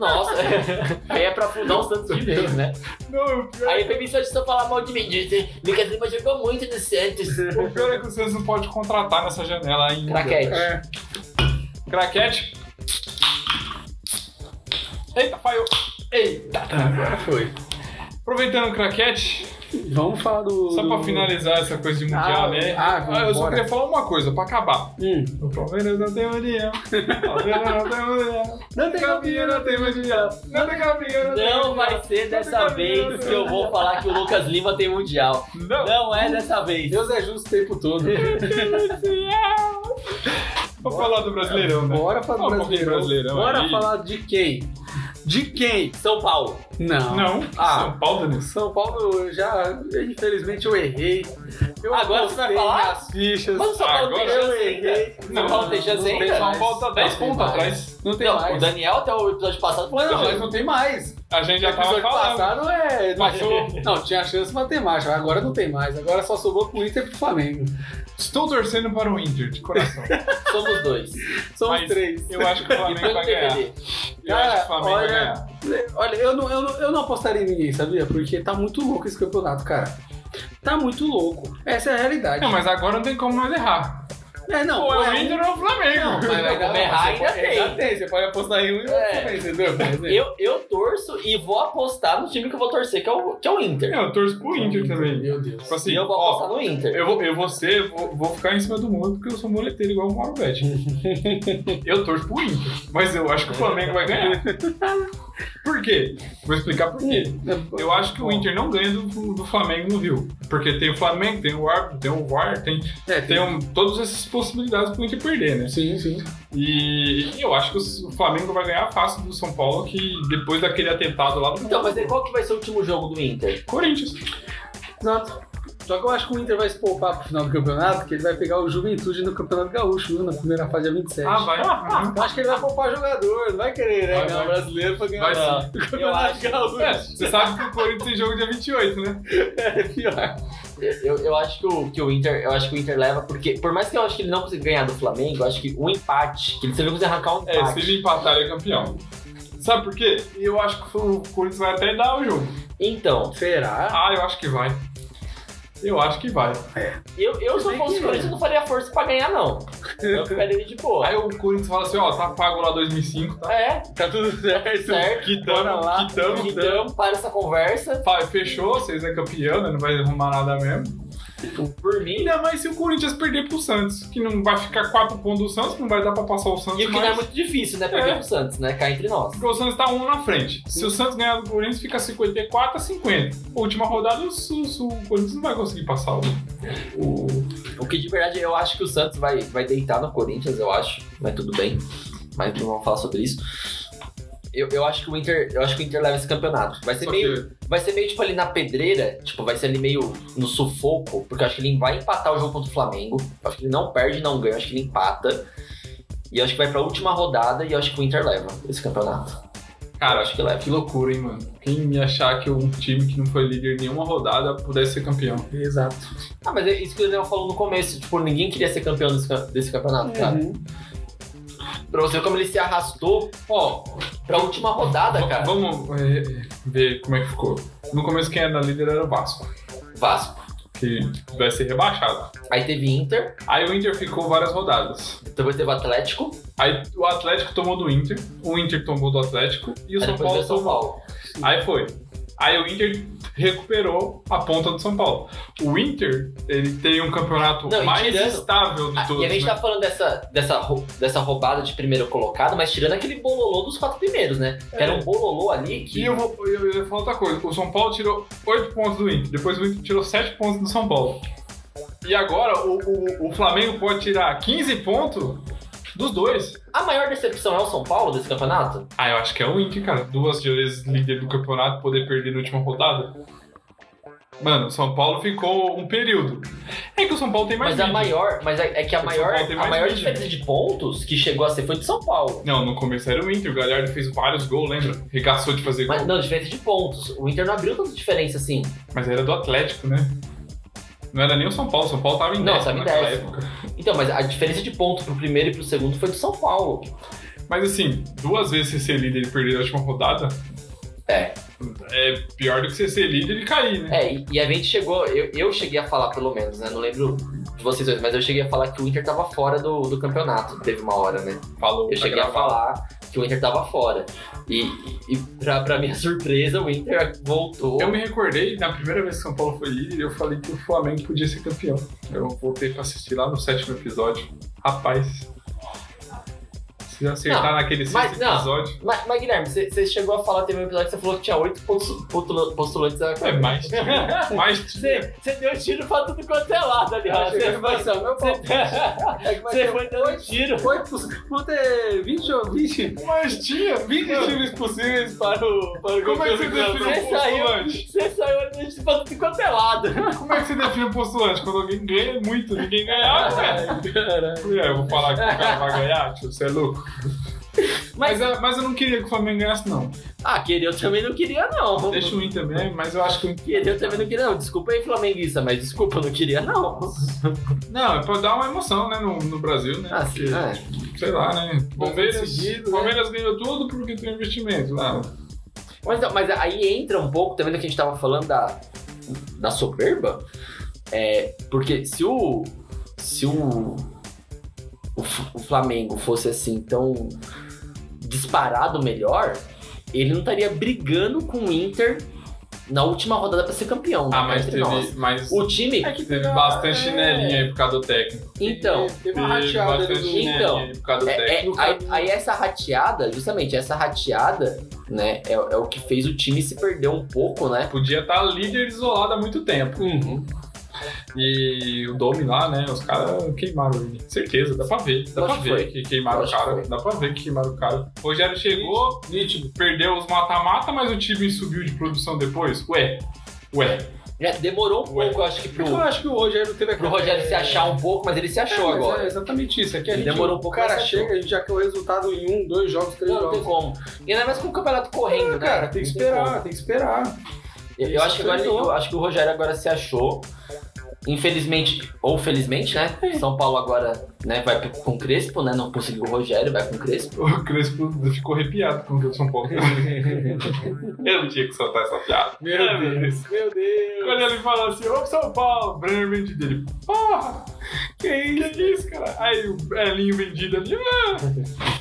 S3: Nossa, [laughs] aí é pra fundar o Santos de vez, né?
S1: Não, o pior,
S3: Aí o Felipe Santos só falar mal de mim, diz, Lucas Lima jogou muito no Santos.
S1: o pior é que o Santos não pode contratar nessa janela ainda.
S3: Craquete.
S2: É.
S1: Craquete. Eita, falhou. Eita.
S2: Agora foi.
S1: Aproveitando o craquete,
S2: Vamos falar do.
S1: só pra finalizar essa coisa de mundial,
S2: Ah,
S1: né?
S2: ah, vamos
S1: eu só
S2: embora.
S1: queria falar uma coisa, pra acabar.
S2: Hum.
S1: O Palmeiras não tem [laughs] mundial. O Palmeiras não tem mundial.
S2: Não tem
S1: Campeão não tem mundial. Não tem campeão, não tem
S3: Não
S1: mundial.
S3: vai ser dessa vez que eu vou falar que o Lucas Lima tem mundial.
S1: Não.
S3: Não é dessa vez.
S2: Deus é justo o tempo
S1: [laughs]
S2: todo.
S1: Vamos falar do Brasileirão, né?
S2: Bora falar do
S1: Fala um pouquinho
S2: brasileirão.
S1: brasileirão
S2: Bora
S1: aí.
S2: falar de quem? De quem?
S3: São Paulo.
S2: Não.
S1: Não.
S2: Ah.
S1: São Paulo, Denilson.
S2: São Paulo, eu já. Infelizmente eu errei. Eu
S3: Agora você vai
S2: apostei
S3: falar?
S2: nas fichas.
S3: Mas o São Paulo tem
S1: Agora
S3: chance
S2: eu
S3: ainda.
S2: errei.
S3: São Paulo tem chance
S2: não tem
S3: ainda?
S1: São Paulo tá 10
S2: Não tem
S1: pontos
S2: mais.
S1: atrás.
S2: Não tem
S3: Não, o
S1: né?
S2: mais.
S3: Daniel até o episódio passado falou
S2: Mas não,
S3: que
S2: mas não tem mais.
S1: A gente já
S2: Já
S1: tava
S2: episódio
S1: falando.
S2: passado é.
S1: Baixou.
S2: Não, tinha chance matemática, agora não tem mais. Agora só sobrou pro Inter e pro Flamengo.
S1: Estou torcendo para o Inter, de [laughs] coração.
S3: somos dois.
S2: São os
S1: Mas
S2: três.
S1: Eu acho que o
S3: E
S1: Flamengo [laughs]
S3: pelo
S1: vai ganhar.
S3: DVD.
S1: Eu acho que o Flamengo vai
S2: Olha,
S1: ganhar.
S2: Olha, eu não, eu, não, eu não apostaria em ninguém, sabia? Porque tá muito louco esse campeonato, cara. Tá muito louco. Essa é a realidade.
S1: Não, mas agora não tem como mais errar.
S2: É, não.
S1: Ou é o
S2: é um-
S1: Inter ou é o Flamengo.
S3: Mas vai
S2: Não,
S3: comer errar,
S2: você
S3: ainda
S2: pode-
S3: tem.
S2: Você pode apostar em um e outro
S3: É.
S2: também, entendeu? Quer dizer,
S3: Eu, eu torço e vou apostar no time que eu vou torcer, que é o, que é o Inter.
S1: Eu torço pro Inter um também.
S2: Meu Deus.
S1: Tipo assim,
S3: E eu vou
S1: ó,
S3: apostar no Inter.
S1: eu vou, eu vou ser, vou, vou ficar em cima do muro porque eu sou moleteiro igual o Mauro
S3: [laughs]
S1: Betti. Eu torço pro Inter, mas eu acho que o Flamengo vai ganhar. Por quê? Vou explicar por quê. Eu acho que o Inter não ganha do, do Flamengo no Rio. Porque tem o Flamengo, tem o árbitro, tem o VAR, tem,
S2: É, um-
S1: tem um- todas essas possibilidades pro Inter perder, né?
S2: Sim, sim.
S1: E, e eu acho que o Flamengo vai ganhar fácil do São Paulo, que depois daquele atentado lá do
S3: Então, mas aí qual que vai ser o último jogo
S1: [laughs]
S3: do Inter?
S1: Corinthians.
S2: Exato. Só que eu acho que o Inter vai se poupar pro final do campeonato, que ele vai pegar o Juventude no Campeonato Gaúcho, viu? Na primeira fase é 27.
S1: Ah, vai.
S3: [laughs]
S2: Eu acho que ele vai poupar jogador, não vai querer, né?
S1: Vai,
S2: ganhar
S1: vai.
S2: o brasileiro pra ganhar
S1: Vai
S2: o
S3: sim. Eu acho,
S2: Gaúcho.
S1: É, você sabe que o Corinthians tem jogo dia 28, né?
S2: É pior.
S3: é, eu, eu acho que o, que o Inter, eu acho que o Inter leva, porque por mais que eu acho que ele não consiga ganhar do Flamengo, eu acho que um empate, que ele sempre consegue arrancar um
S1: É, se
S3: empate.
S1: ele empatar, ele é campeão. Sabe por quê? Eu acho que o Corinthians vai até dar o jogo.
S3: então,
S2: Será?
S1: Ah, eu acho que vai. Eu acho que vai.
S3: eu, eu se eu
S2: Bem
S3: fosse o
S2: que-
S3: Corinthians, eu não faria força pra ganhar, não. Eu ficaria de boa.
S1: Aí o Corinthians fala assim, ó, tá pago lá 2005, tá?
S3: É,
S2: Tá tudo certo.
S3: certo.
S2: Bora
S1: Quitamos,
S2: lá.
S1: quitamos.
S3: Então, para essa conversa,
S1: Fala, Fechou, vocês é campeão, né? não vai arrumar nada mesmo.
S3: por mim,
S1: Ainda mais se o Corinthians perder pro Santos, que não vai ficar 4 pontos do Santos, não vai dar pra passar o Santos
S3: E o que não é
S1: mais.
S3: muito difícil, né? Perder
S1: É.
S3: pro Santos, né? Cá entre nós.
S1: Porque o Santos tá um na frente. Se o Santos ganhar do Corinthians, fica 54 a 50. Última rodada, o, o- o Corinthians não vai conseguir passar o. o-
S3: O que de verdade eu acho que o Santos vai, vai deitar no Corinthians, eu acho. Mas tudo bem. Mas não vamos falar sobre isso. Eu, eu acho que o Inter, eu acho que o Inter leva esse campeonato. Vai ser
S1: Só
S3: meio,
S1: que-
S3: vai ser meio tipo ali na pedreira, tipo, vai ser ali meio no sufoco, porque eu acho que ele vai empatar o jogo contra o Flamengo. Eu acho que ele não perde, não ganha, eu acho que ele empata. E eu acho que vai pra última rodada e eu acho que o Inter leva esse campeonato. eu
S1: Cara,
S3: acho que leva.
S1: que loucura, hein, mano? Quem ia achar que um time que não foi líder em nenhuma rodada pudesse ser campeão?
S2: Exato.
S3: Ah, mas é isso que o Daniel falou no começo, tipo, ninguém queria ser campeão desse, cam- desse campeonato, cara.
S2: Uhum.
S3: Pra você ver como ele se arrastou, ó, pra última rodada,
S1: V-
S3: cara.
S1: Vamos é, ver como é que ficou. No começo, quem era líder era o Vasco,
S3: Vasco.
S1: que vai ser rebaixado.
S3: Aí teve Inter,
S1: Aí o Inter ficou várias rodadas.
S3: depois teve Atlético,
S1: Aí o Atlético tomou do Inter, o Inter tomou do Atlético e o
S3: aí
S1: São
S3: depois
S1: Paulo
S3: veio São
S1: tomou.
S3: Paulo.
S1: Aí foi. Aí o Inter recuperou a ponta do São Paulo. O Inter, ele tem um campeonato
S3: Não, e
S1: mais
S3: tirando-
S1: estável de
S3: Ah,
S1: todos.
S3: e a gente
S1: né?
S3: tá falando dessa, dessa, rou- dessa roubada de primeiro colocado, mas tirando aquele bololô dos quatro primeiros, né? Que era um bololô ali que.
S1: É. E eu vou eu, eu ia falar outra coisa. O São Paulo tirou 8 pontos do Inter, depois o Inter tirou 7 pontos do São Paulo. E agora o, o, o Flamengo pode tirar 15 pontos dos dois.
S3: A maior decepção é o São Paulo desse campeonato?
S1: Ah, eu acho que é o Inter, cara. Duas vezes líder do campeonato, poder perder na última rodada. Mano, o São Paulo ficou um período. É que o São Paulo tem mais
S3: mas a
S1: vídeo.
S3: maior, mas é, é que a
S1: São
S3: maior,
S1: Paulo tem
S3: a
S1: mais
S3: maior
S1: mídia.
S3: diferença de pontos que chegou a ser foi de São Paulo.
S1: Não, no começo era o Inter. O Galhardo fez vários gols, lembra? Regaçou de fazer gol.
S3: Mas não, diferença de pontos. O Inter não abriu tanta diferença assim.
S1: Mas era do Atlético, né? Não era nem o São Paulo. O São Paulo tava em
S3: Não,
S1: décimo
S3: tava em
S1: naquela
S3: décimo.
S1: época.
S3: Então, mas a diferença de pontos pro primeiro e pro segundo foi do São Paulo.
S1: Mas assim, duas vezes você ser líder e perder na última rodada
S3: É.
S1: é pior do que você ser líder e cair, né?
S3: É, e, e a gente chegou, eu, eu cheguei a falar pelo menos, né? Não lembro de vocês dois, mas eu cheguei a falar que o Inter tava fora do, do campeonato. Teve uma hora, né?
S1: Falou.
S3: Eu
S1: tá
S3: cheguei a
S1: gravado.
S3: falar que o Inter tava fora. E, e pra, pra minha [laughs] surpresa, o Inter voltou.
S1: Eu me recordei, na primeira vez que São Paulo foi líder, eu falei que o Flamengo podia ser campeão. Eu voltei pra assistir lá no sétimo episódio. Rapaz. Se acertar naquele
S3: mas
S1: sexto
S3: não.
S1: episódio.
S3: Mas, mas, Guilherme, você você chegou a falar, teve um episódio que você falou que tinha oito postu- postula- postulantes a
S1: É
S3: [laughs]
S1: mais. mais
S3: Você, você deu tiro pra tudo quanto é lado ali, ó.
S2: Achei
S3: Você
S2: que vai
S3: foi,
S2: ser o meu palpite.
S3: você,
S2: É que vai
S3: você
S2: ter um
S3: foi dando
S2: oito-
S3: tiro.
S2: oito- Vão ter 20 é ou 20
S1: Mas tinha
S2: 20 times possíveis para o. Para o
S1: Como é que você
S2: campeão.
S1: definiu o
S3: Você saiu,
S1: postulante?
S3: você saiu dando tiro pra tudo quanto é lado.
S1: Como é que você define o postulante? Quando alguém ganha é muito, ninguém ganhar, ué.
S2: Ai, caralho.
S1: É, eu vou falar que o
S3: [laughs]
S1: cara vai ganhar, tio, você é louco. Mas,
S3: Mas-
S1: eu- mas eu não queria que o Flamengo ganhasse, não.
S3: Ah, queria, eu também não queria, não.
S1: Deixa o Inter mesmo, mas eu acho que o Inter.
S3: Queria, eu também não queria, não. Desculpa aí, flamenguista, mas desculpa, eu não queria,
S1: [laughs]
S3: não.
S1: Não, é pra dar uma emoção, né, no, no Brasil, né?
S3: Ah, sim,
S1: Porque-
S3: é.
S1: sei lá, né? Palmeiras,
S2: seguido, né?
S1: Palmeiras ganhou tudo porque tem investimento né? lá.
S3: Mas, não, mas aí entra um pouco também do que a gente tava falando da, da soberba. É, porque se o. Se o. O, F- o Flamengo fosse assim tão disparado melhor, ele não estaria brigando com o Inter na última rodada pra ser campeão. né,
S1: Ah, mas
S3: entre nós.
S1: teve, mas
S3: O time.
S2: É que
S1: teve
S2: tem uma-
S1: bastante
S2: é,
S1: chinelinha aí por causa do técnico.
S3: Então.
S2: Teve uma
S1: Teve
S2: rateada ali
S1: bastante
S2: do.
S1: chinelinha
S3: Então,
S1: aí por causa do
S3: É, é,
S1: técnico.
S3: aí, aí essa rateada, justamente essa rateada, né, é, é o que fez o time se perder um pouco, né?
S1: Podia estar líder isolado há muito tempo.
S3: Uhum.
S1: E o Domi lá, né? Os caras queimaram ele. Certeza, dá pra ver. Dá
S3: Eu
S1: pra
S3: acho que
S1: ver
S3: foi.
S1: que queimaram
S3: Eu
S1: o
S3: acho que
S1: cara.
S3: foi.
S1: Dá pra ver que queimaram o cara. O Rogério chegou,
S2: Nítido.
S1: perdeu os mata-mata, mas o time subiu de produção depois. Ué, ué.
S3: É, demorou um
S1: Ué.
S3: pouco, eu acho que, pro,
S2: Eu acho que o Rogério teve a
S3: pro Rogério se achar um pouco, mas ele se achou
S2: É, mas É
S3: agora.
S2: exatamente isso. Aqui a gente,
S3: Demorou um pouco,
S2: O cara
S3: mas achou.
S2: chega, a gente já quer o resultado em um, dois jogos, três
S3: Não, não tem
S2: jogos.
S3: como. E ainda mais com o campeonato correndo, né?
S2: cara, tem que
S3: Não como.
S2: esperar, tem que esperar.
S3: Eu, eu
S2: Isso
S3: acho que agora,
S2: afetou.
S3: eu acho que o Rogério agora se achou. Infelizmente, ou felizmente, né? São Paulo agora né, vai pro- com o Crespo, né? Não conseguiu o Rogério, vai com o Crespo.
S1: O Crespo ficou arrepiado com o jogo de São
S3: [laughs]
S1: Paulo. Eu não tinha que soltar essa piada. Ah,
S2: meu Deus.
S1: Quando ele fala assim, vamos São Paulo, Brenner é vendido, ele, porra, que isso, que isso, cara? Aí o Elinho vendido ali, ah,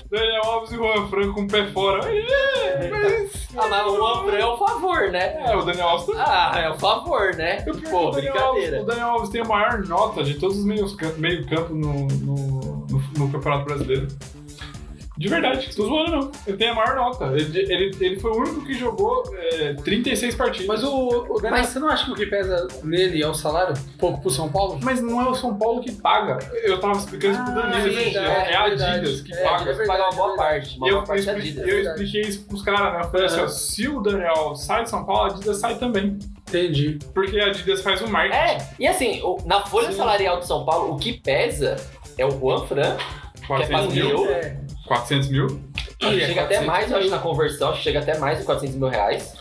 S1: Daniel Alves e Juan Franco com o pé fora. Ah, mas-
S3: Ah, mas o Anfran é o favor, né?
S1: É, o Daniel Alves também.
S3: Ah, é o favor, né?
S1: O pior que
S3: Pô,
S1: o Daniel Alves-
S3: brincadeira.
S1: O Daniel Alves tem a maior nota de todos os meio-campo no, no, no- no Campeonato Brasileiro. De verdade, tô zoando não. Ele tem a maior nota. Ele, ele, ele foi o único que jogou é, 36 partidas.
S2: Mas o, o Daniel, você não acha que o que pesa nele é o salário? Pouco pro São Paulo?
S1: Mas não é o São Paulo que paga. Eu tava explicando isso pro
S2: Ah,
S1: Danilo.
S3: sim,
S1: gente.
S2: é,
S1: é, a
S2: verdade.
S1: Adidas que
S2: É,
S1: paga.
S2: é
S3: Vai pagar uma boa parte. Uma
S1: eu,
S3: boa parte da
S1: eu expli-
S3: Adidas.
S1: eu
S2: verdade.
S1: expliquei isso pros caras, né? Eu falei assim, ó,
S2: Aham.
S1: se o Daniel sai de São Paulo, a Adidas sai também.
S2: Entendi.
S1: Porque a Adidas faz o marketing.
S3: É, e assim, o- na folha
S1: Sim.
S3: salarial de São Paulo, o que pesa é o Juan Fran, quer
S1: 400
S3: fazer
S1: Um mil.
S3: Eu?
S2: É.
S1: 400 mil.
S3: que
S1: é
S3: chega até
S2: 400
S3: mais, eu acho, na conversão, acho que chega até mais de 400 mil reais.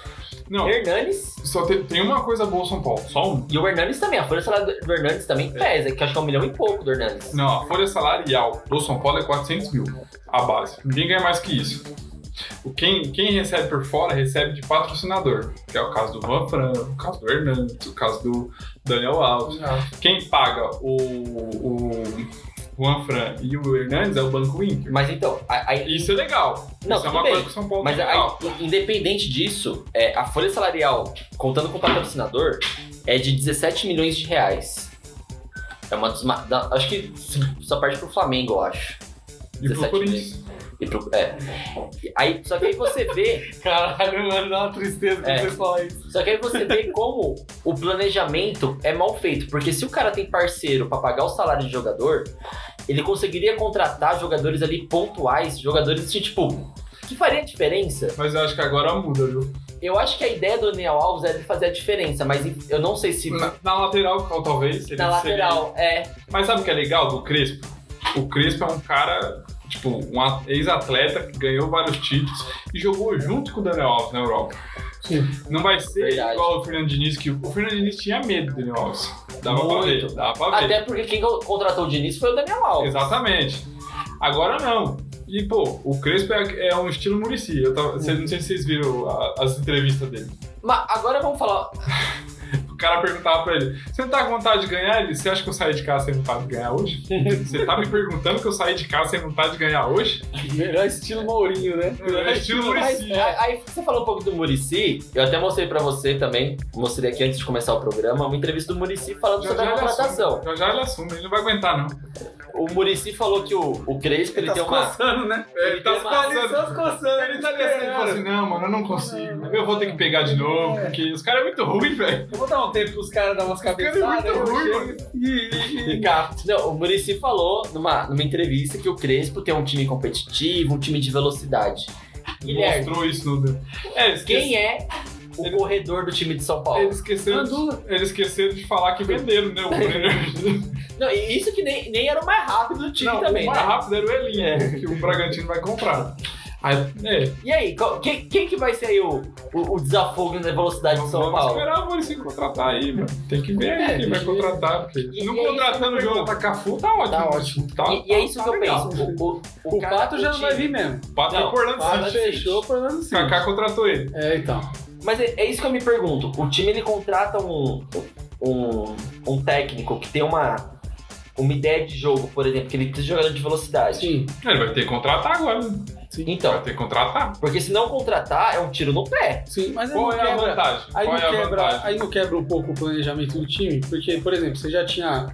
S1: Não,
S3: Hernanes,
S1: só tem, tem uma coisa boa São Paulo. Só um. uma.
S3: e o Hernanes também, a folha salarial do Hernanes também pesa, que acho que é um milhão e pouco do Hernanes.
S1: Não, a folha salarial do São Paulo é 400 mil, a base. Ninguém ganha mais que isso. O Quem, quem recebe por fora recebe de patrocinador, que é o caso do Van Fran, o caso do Hernandes, o caso do Daniel Alves.
S2: Ah,
S1: Quem paga o, o Juan Fran e o Hernandes é o Banco Inter.
S3: Mas então, a- a-
S1: Isso é legal.
S3: Não,
S1: isso é
S3: tudo
S1: uma
S3: bem.
S1: coisa que o São Paulo
S3: mas
S1: tem
S3: a-
S1: legal.
S3: a- independente disso, é, a folha salarial, contando com o patrocinador, é de 17 milhões de reais. É uma dos. ma- da- acho que só parte pro Flamengo, eu acho.
S1: E pro
S3: 17
S1: Corinthians.
S3: E pro- é. E Aí, só que aí você vê,
S1: [laughs] Caralho, mano, dá Tá uma tristeza quando
S3: É.
S1: vocês falam isso.
S3: só que aí você vê como o planejamento é mal feito, porque se o cara tem parceiro pra pagar o salário de jogador, ele conseguiria contratar jogadores ali pontuais, jogadores de tipo que faria a diferença.
S1: Mas eu acho que agora muda, viu?
S3: Eu acho que a ideia do Daniel Alves é de fazer a diferença, mas eu não sei se
S1: Na, na lateral, tal- talvez. ele
S3: na lateral é
S1: seria- Mas sabe o que é legal do Crespo? O Crespo é um cara, tipo, um a- ex-atleta que ganhou vários títulos e jogou junto com o Daniel Alves na Europa.
S2: Sim.
S1: Não vai ser
S3: Verdade.
S1: igual o Fernando Diniz, que o Fernando Diniz tinha medo do Daniel Alves. Dava pra
S3: Muito.
S1: ver, dava pra ver.
S3: Até porque quem contratou o Diniz foi o Daniel Alves.
S1: Exatamente. Agora não. E, pô, o Crespo é, é um estilo Murici. Eu tava, cês- não sei se vocês viram a- as entrevistas dele.
S3: Mas agora vamos falar.
S1: O cara perguntava pra ele: Você não tá com vontade de ganhar? Ele: Você acha que eu saí de casa sem vontade de ganhar hoje? Você tá me perguntando que eu saí de casa sem vontade de ganhar hoje?
S2: Melhor estilo Mourinho, né?
S1: É estilo Murici.
S3: Aí, aí você falou um pouco do Murici, eu até mostrei pra você também, mostrei aqui antes de começar o programa, uma entrevista do Murici falando
S1: Já
S3: sobre
S1: já
S3: a
S1: ele
S3: contratação.
S1: assume. Já já ele assume, ele não vai aguentar, não.
S3: O Murici falou que o, o Crespo ele,
S2: tá
S3: tem
S2: se
S3: uma.
S2: coçando, né?
S1: Ele tá se
S2: Ele
S1: passando.
S2: tá se coçando,
S1: Ele tá É. descendo e fala assim: Não, mano, eu não consigo. Eu vou ter que pegar de novo, porque os caras é muito ruim, velho.
S2: Eu vou dar um tempo pros caras dar umas
S1: caras é
S2: cabeçadas.
S1: muito
S2: eu
S1: ruim,
S2: chego e-
S3: [laughs]
S2: e- e-
S3: Não, o Murici falou numa, numa entrevista que o Crespo tem um time competitivo, um time de velocidade. Guilherme,
S1: Mostrou isso no. É, ele esqueceu-
S3: quem é o
S1: Ele-
S3: corredor do time de São Paulo?
S1: Eles esqueceram, de, eles esqueceram de falar que venderam, né? O Brenner.
S3: Não, e isso que nem, nem era o mais rápido do
S1: [laughs]
S3: time
S1: Não, é.
S3: também,
S1: o mais
S3: né? É.
S1: rápido era o Elinho, que o Bragantino vai comprar. Aí, é,
S3: E aí, qual- quem, quem que vai ser aí o, o, o desafogo na velocidade de
S1: vamos
S3: São Paulo?
S1: esperar o Maurício contratar aí, mano. Tem que ver
S3: É,
S1: quem
S3: tem
S1: vai
S3: que-
S1: contratar. Porque
S3: E-
S1: não
S3: e é isso
S1: contratando o
S3: que eu
S1: Jonathan Cafu, tá ótimo.
S3: Tá
S1: ótimo. Tá,
S3: E, e é isso
S1: tá
S3: que eu
S1: legal.
S3: penso. O, o,
S2: O
S3: cara-
S2: Pato já não
S3: time-
S2: vai vir mesmo.
S1: Bateu
S3: Não,
S1: o Orlando
S3: para-
S2: Pato
S1: City.
S2: fechou o Fernando
S3: assim.
S2: Sim.
S1: Kaká contratou ele.
S2: É, então.
S3: Mas é, é isso que eu me pergunto. O time ele contrata um, um, um técnico que tem uma, uma ideia de jogo, por exemplo, que ele precisa de jogador de velocidade.
S2: Sim.
S1: Ele vai ter que contratar agora. né? Vai
S3: Então,
S1: ter que contratar.
S3: porque se não contratar, é um tiro no pé.
S2: Sim, mas aí
S1: Qual
S2: não
S1: é a
S2: quebra-
S1: vantagem?
S2: Aí
S1: Qual
S2: não,
S1: é a
S2: quebra,
S1: vantagem?
S2: aí não quebra um pouco o planejamento do time? Porque, por exemplo, você já tinha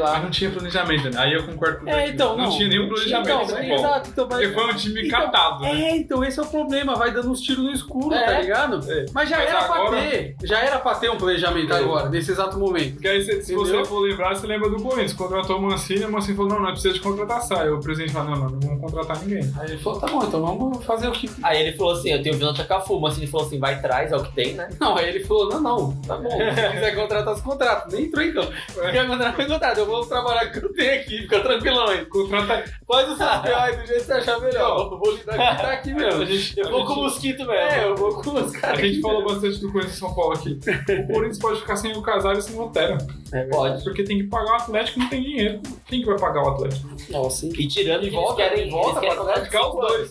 S1: Mas
S2: lá.
S1: não tinha planejamento, né? Aí eu concordo com o
S2: É,
S1: Dante.
S2: então, não.
S1: Não tinha nenhum
S2: Então,
S1: planejamento. isso é bom.
S2: exato, então vai.
S1: Porque foi um time
S2: Então,
S1: catado, né?
S2: É, então esse é o problema, vai dando uns tiros no escuro,
S3: É.
S2: tá ligado?
S1: É.
S2: Mas já
S1: Mas
S2: era
S1: agora-
S2: pra ter, já era pra ter um planejamento
S1: É.
S2: agora, nesse exato momento.
S1: Porque aí, se, se
S2: Entendeu?
S1: você for lembrar, você lembra do Corinthians. Contratou o Mancini, o Mancini falou: não, não precisa de contratação. Aí o presidente falou: não, não, não vamos contratar ninguém.
S2: Aí ele falou, tá bom, então vamos fazer o que.
S3: Aí ele falou assim: eu tenho o Jonathan Cafu, mas ele falou assim: vai atrás, é o que tem, né?
S2: Não, aí ele falou, não, não, tá bom, se quiser contratar, se contrata. Nem entrou em campo. Se quiser contratar, foi contrato. Eu vou trabalhar com o que eu tenho aqui, fica tranquilão aí.
S1: Contrata.
S2: Faz os [laughs] seus piores do jeito que você achar melhor. Eu vou lidar com o que tá aqui
S1: A
S2: mesmo.
S1: gente,
S3: Eu
S1: a
S3: vou
S1: gente-
S3: com o mosquito mesmo.
S2: É, eu vou com os
S1: a
S2: caras.
S1: gente
S2: aqui.
S1: falou bastante do Corinthians e São Paulo aqui. O Corinthians pode ficar sem o Casares e sem o Otero.
S2: É
S3: Pode.
S1: Porque tem que pagar o Atlético não tem dinheiro. Quem que vai pagar o Atlético?
S2: Nossa, hein?
S3: E tirando
S1: E
S3: que
S1: volta,
S3: eles querem,
S1: e volta
S3: eles querem
S1: pra
S3: contratar
S1: praticar os
S3: cinco
S1: dois.
S3: anos.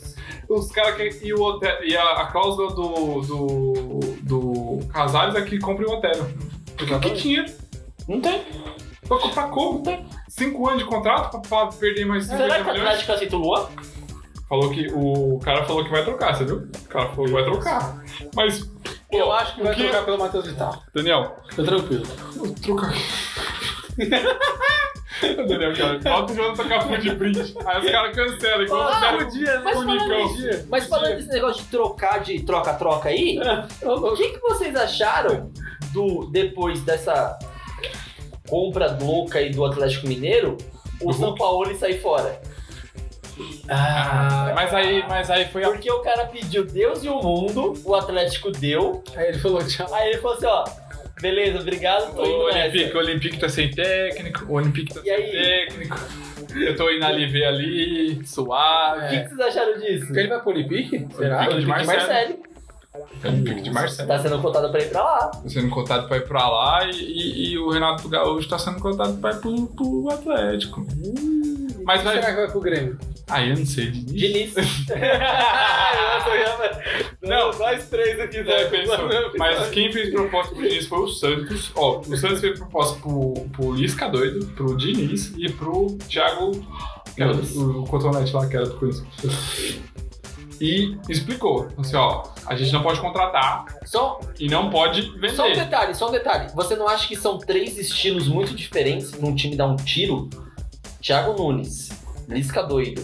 S1: Os caras que. E, o Otero, e a, a cláusula do, do, do Casares é que compre o Otero. Porque que dinheiro?
S3: Não tem.
S1: Pra comprar como? Cinco anos de contrato pra, pra perder
S2: É.
S1: mais 50
S3: Será que o
S1: milhões?
S3: Atlético aceita o Luan?
S1: Falou que o cara falou que vai trocar, você viu? O cara falou que vai trocar. Mas, pô,
S2: Eu acho que vai
S1: o que-
S2: trocar pelo Matheus Vital.
S1: Daniel,
S2: Tô tranquilo.
S1: troca. [laughs] Daniel, cara, bota o Jonathan Cafu de brinde. Aí os caras cancelam, igual os caras
S2: podia,
S1: com o Nicão.
S2: dia.
S3: Mas falando desse negócio de trocar de troca-troca aí,
S1: É,
S3: o que, que vocês acharam do depois dessa compra louca aí do Atlético Mineiro? O
S1: Do
S3: São
S1: Hulk?
S3: Paulo sair fora.
S1: Ah, mas aí, mas aí foi a.
S3: Porque o cara pediu Deus e o mundo, o Atlético deu,
S2: Aí ele falou, tchau.
S3: aí ele falou assim, ó, beleza, obrigado, tô
S1: O
S3: indo nessa.
S1: Olympique, o Olympique tá sem técnico, o Olympique tá
S3: E
S1: sem
S3: aí?
S1: técnico. Eu tô indo na Live ali,
S3: O
S1: suave.
S3: que, que vocês acharam disso?
S2: Ele vai pro Olympique? é Será?
S1: Olympique de Marseille.
S3: Marcelo.
S1: Olympique de Marcelo. Tá
S3: Tá sendo contado pra ir pra lá.
S1: sendo cotado pra ir pra lá e, e- e o Renato Gaúcho tá sendo cotado pra ir pro, pro Atlético. Mas vai.
S2: Hum, Será que vai pro Grêmio?
S1: Aí eu não sei.
S3: Diniz.
S1: [laughs] Não,
S3: nós três aqui, né?
S1: É,
S3: [laughs]
S1: pensou. Mas quem fez proposta pro Diniz foi o Santos. Ó, o Santos fez proposta pro, pro Lisca doido, pro Diniz e pro Thiago. que era
S3: Nunes.
S1: O, o Cotonete lá, que era do Corinthians. E explicou, assim, ó, a gente não pode contratar
S3: Só,
S1: e não pode vender.
S3: só um detalhe, só um detalhe. Você não acha que são três estilos muito diferentes pra um time dar um tiro? Thiago Nunes, Lisca doido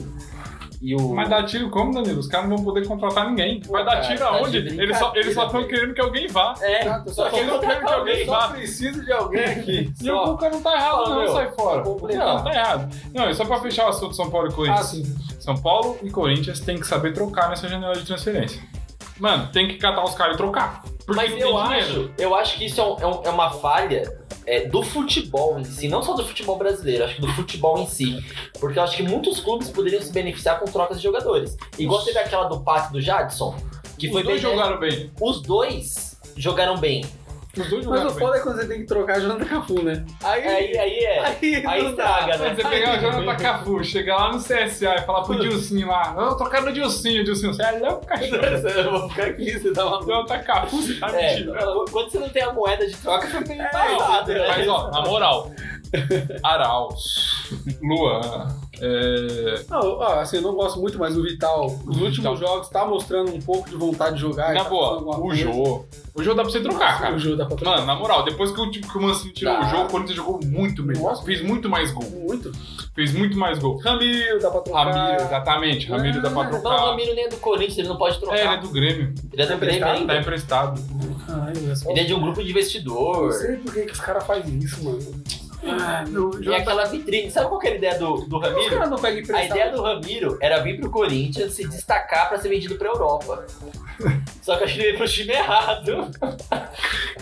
S3: e o.
S1: Mas dar tiro como, Danilo? Os caras não vão poder contratar ninguém. Vai dar
S3: cara,
S1: tiro
S3: tá de
S1: aonde? Eles só
S3: brincadeira,
S1: estão
S3: velho.
S1: querendo que alguém vá.
S3: É,
S2: Tá,
S3: só que
S1: que
S3: não
S1: não
S3: tem
S1: quero que alguém
S3: alguém.
S1: vá.
S2: Só preciso de alguém aqui.
S1: E o
S2: Só.
S1: Cuca não tá errado,
S2: Fala,
S1: não,
S2: meu.
S1: sai fora. O Cuca
S2: Complicado.
S1: não tá errado. Não, e só pra fechar o assunto São Paulo e
S2: Ah,
S1: Corinthians.
S2: sim.
S1: São Paulo e Corinthians tem que saber trocar nessa janela de transferência. Mano, tem que catar os caras e trocar. Porque
S3: Mas
S1: não tem
S3: eu
S1: dinheiro.
S3: acho, eu acho que isso é, um- é um- é uma falha é, do futebol em si, não só do futebol brasileiro, acho que do futebol em si. Porque eu acho que muitos clubes poderiam se beneficiar com trocas de jogadores. Igual teve aquela do passe do Jadson, que foi
S1: Os dois
S3: bem- né?
S1: jogaram bem.
S3: Os dois jogaram bem.
S1: Os dois
S2: Mas
S1: jogaram
S2: o
S1: bem.
S2: foda é quando você tem que trocar Jonathan Cafu, né? Aí.
S3: Aí, aí
S2: [laughs]
S3: é.
S2: aí,
S3: Aí
S2: não
S3: estraga, né?
S2: Tá
S1: Você pegar o Jonathan Cafu, chegar lá no CSA e falar pro Dilcinho lá, eu tô cara no Dilcinho, Dilcinho, você é louco, cachorro.
S2: Eu vou ficar aqui, você dá uma.
S1: Jonathan Cafu, você tá
S3: É,
S1: mentindo.
S3: quando você não tem a moeda de troca, [laughs] você tem
S1: Não,
S3: passado, né?
S1: Mas ó, na moral, Arauz, Luan, é,
S2: Não, ó, assim, eu não gosto muito, mas o Vital, os últimos
S1: Vital.
S2: jogos, tá mostrando um pouco de vontade de jogar.
S1: na
S2: tá fazendo
S1: boa,
S2: alguma
S1: o
S2: coisa.
S1: Jô. O Jô dá pra você trocar,
S2: O
S1: cara.
S2: jogo dá pra trocar.
S1: Mano, na moral, depois que o, que o Mancini tirou
S3: Dá.
S1: o jogo, o Corinthians jogou muito melhor.
S2: Nossa.
S1: Fez muito mais gol.
S2: Muito.
S1: Fez muito mais gol.
S2: Ramiro, dá pra trocar.
S1: Ramiro, exatamente. Ramiro dá pra
S2: Ah,
S3: Não, o
S1: trocar.
S3: Ramiro nem é do Corinthians, ele não pode trocar.
S1: É, ele é do Grêmio.
S3: Ele é do Grêmio
S2: Emprestado?
S1: Tá
S3: ainda.
S1: emprestado.
S2: Caralho, é só...
S3: Ele é de um grupo de
S2: Eu Não
S3: investidor.
S2: sei por que, que os caras fazem isso, mano. Ah,
S3: E aquela vitrine. Sabe qual que era a ideia do, do
S2: Os
S3: Ramiro?
S2: caras não pegam
S3: A
S2: emprestado.
S3: ideia do Ramiro era vir pro Corinthians se destacar pra ser vendido pra Europa. Só que eu acho que ele veio pro time errado.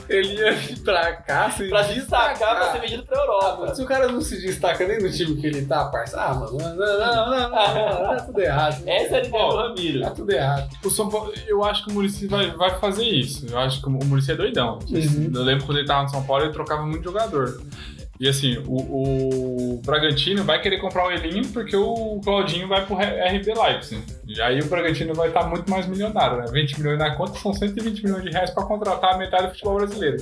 S2: Ele ia vir pra cá, se
S3: Pra se destacar pra ser vendido pra Europa.
S2: Se o cara não se destaca nem no time que ele tá, parça, ah, mano, não, não, não, não, não, não, tá tudo errado.
S3: Essa era a ideia
S1: Ó,
S3: do Ramiro.
S2: Tá tudo errado.
S1: Tipo, O São Paulo, eu acho que o Murici vai, vai fazer isso. Eu acho que o Murici é doidão.
S2: Uhum.
S1: Eu lembro quando ele tava no São Paulo, ele trocava muito jogador. E assim, o, o Bragantino vai querer comprar o Elinho porque o Claudinho vai pro RB Leipzig. E aí o Bragantino vai estar muito mais milionário, né? 20 milhões na conta são 120 milhões de reais pra contratar a metade do futebol brasileiro.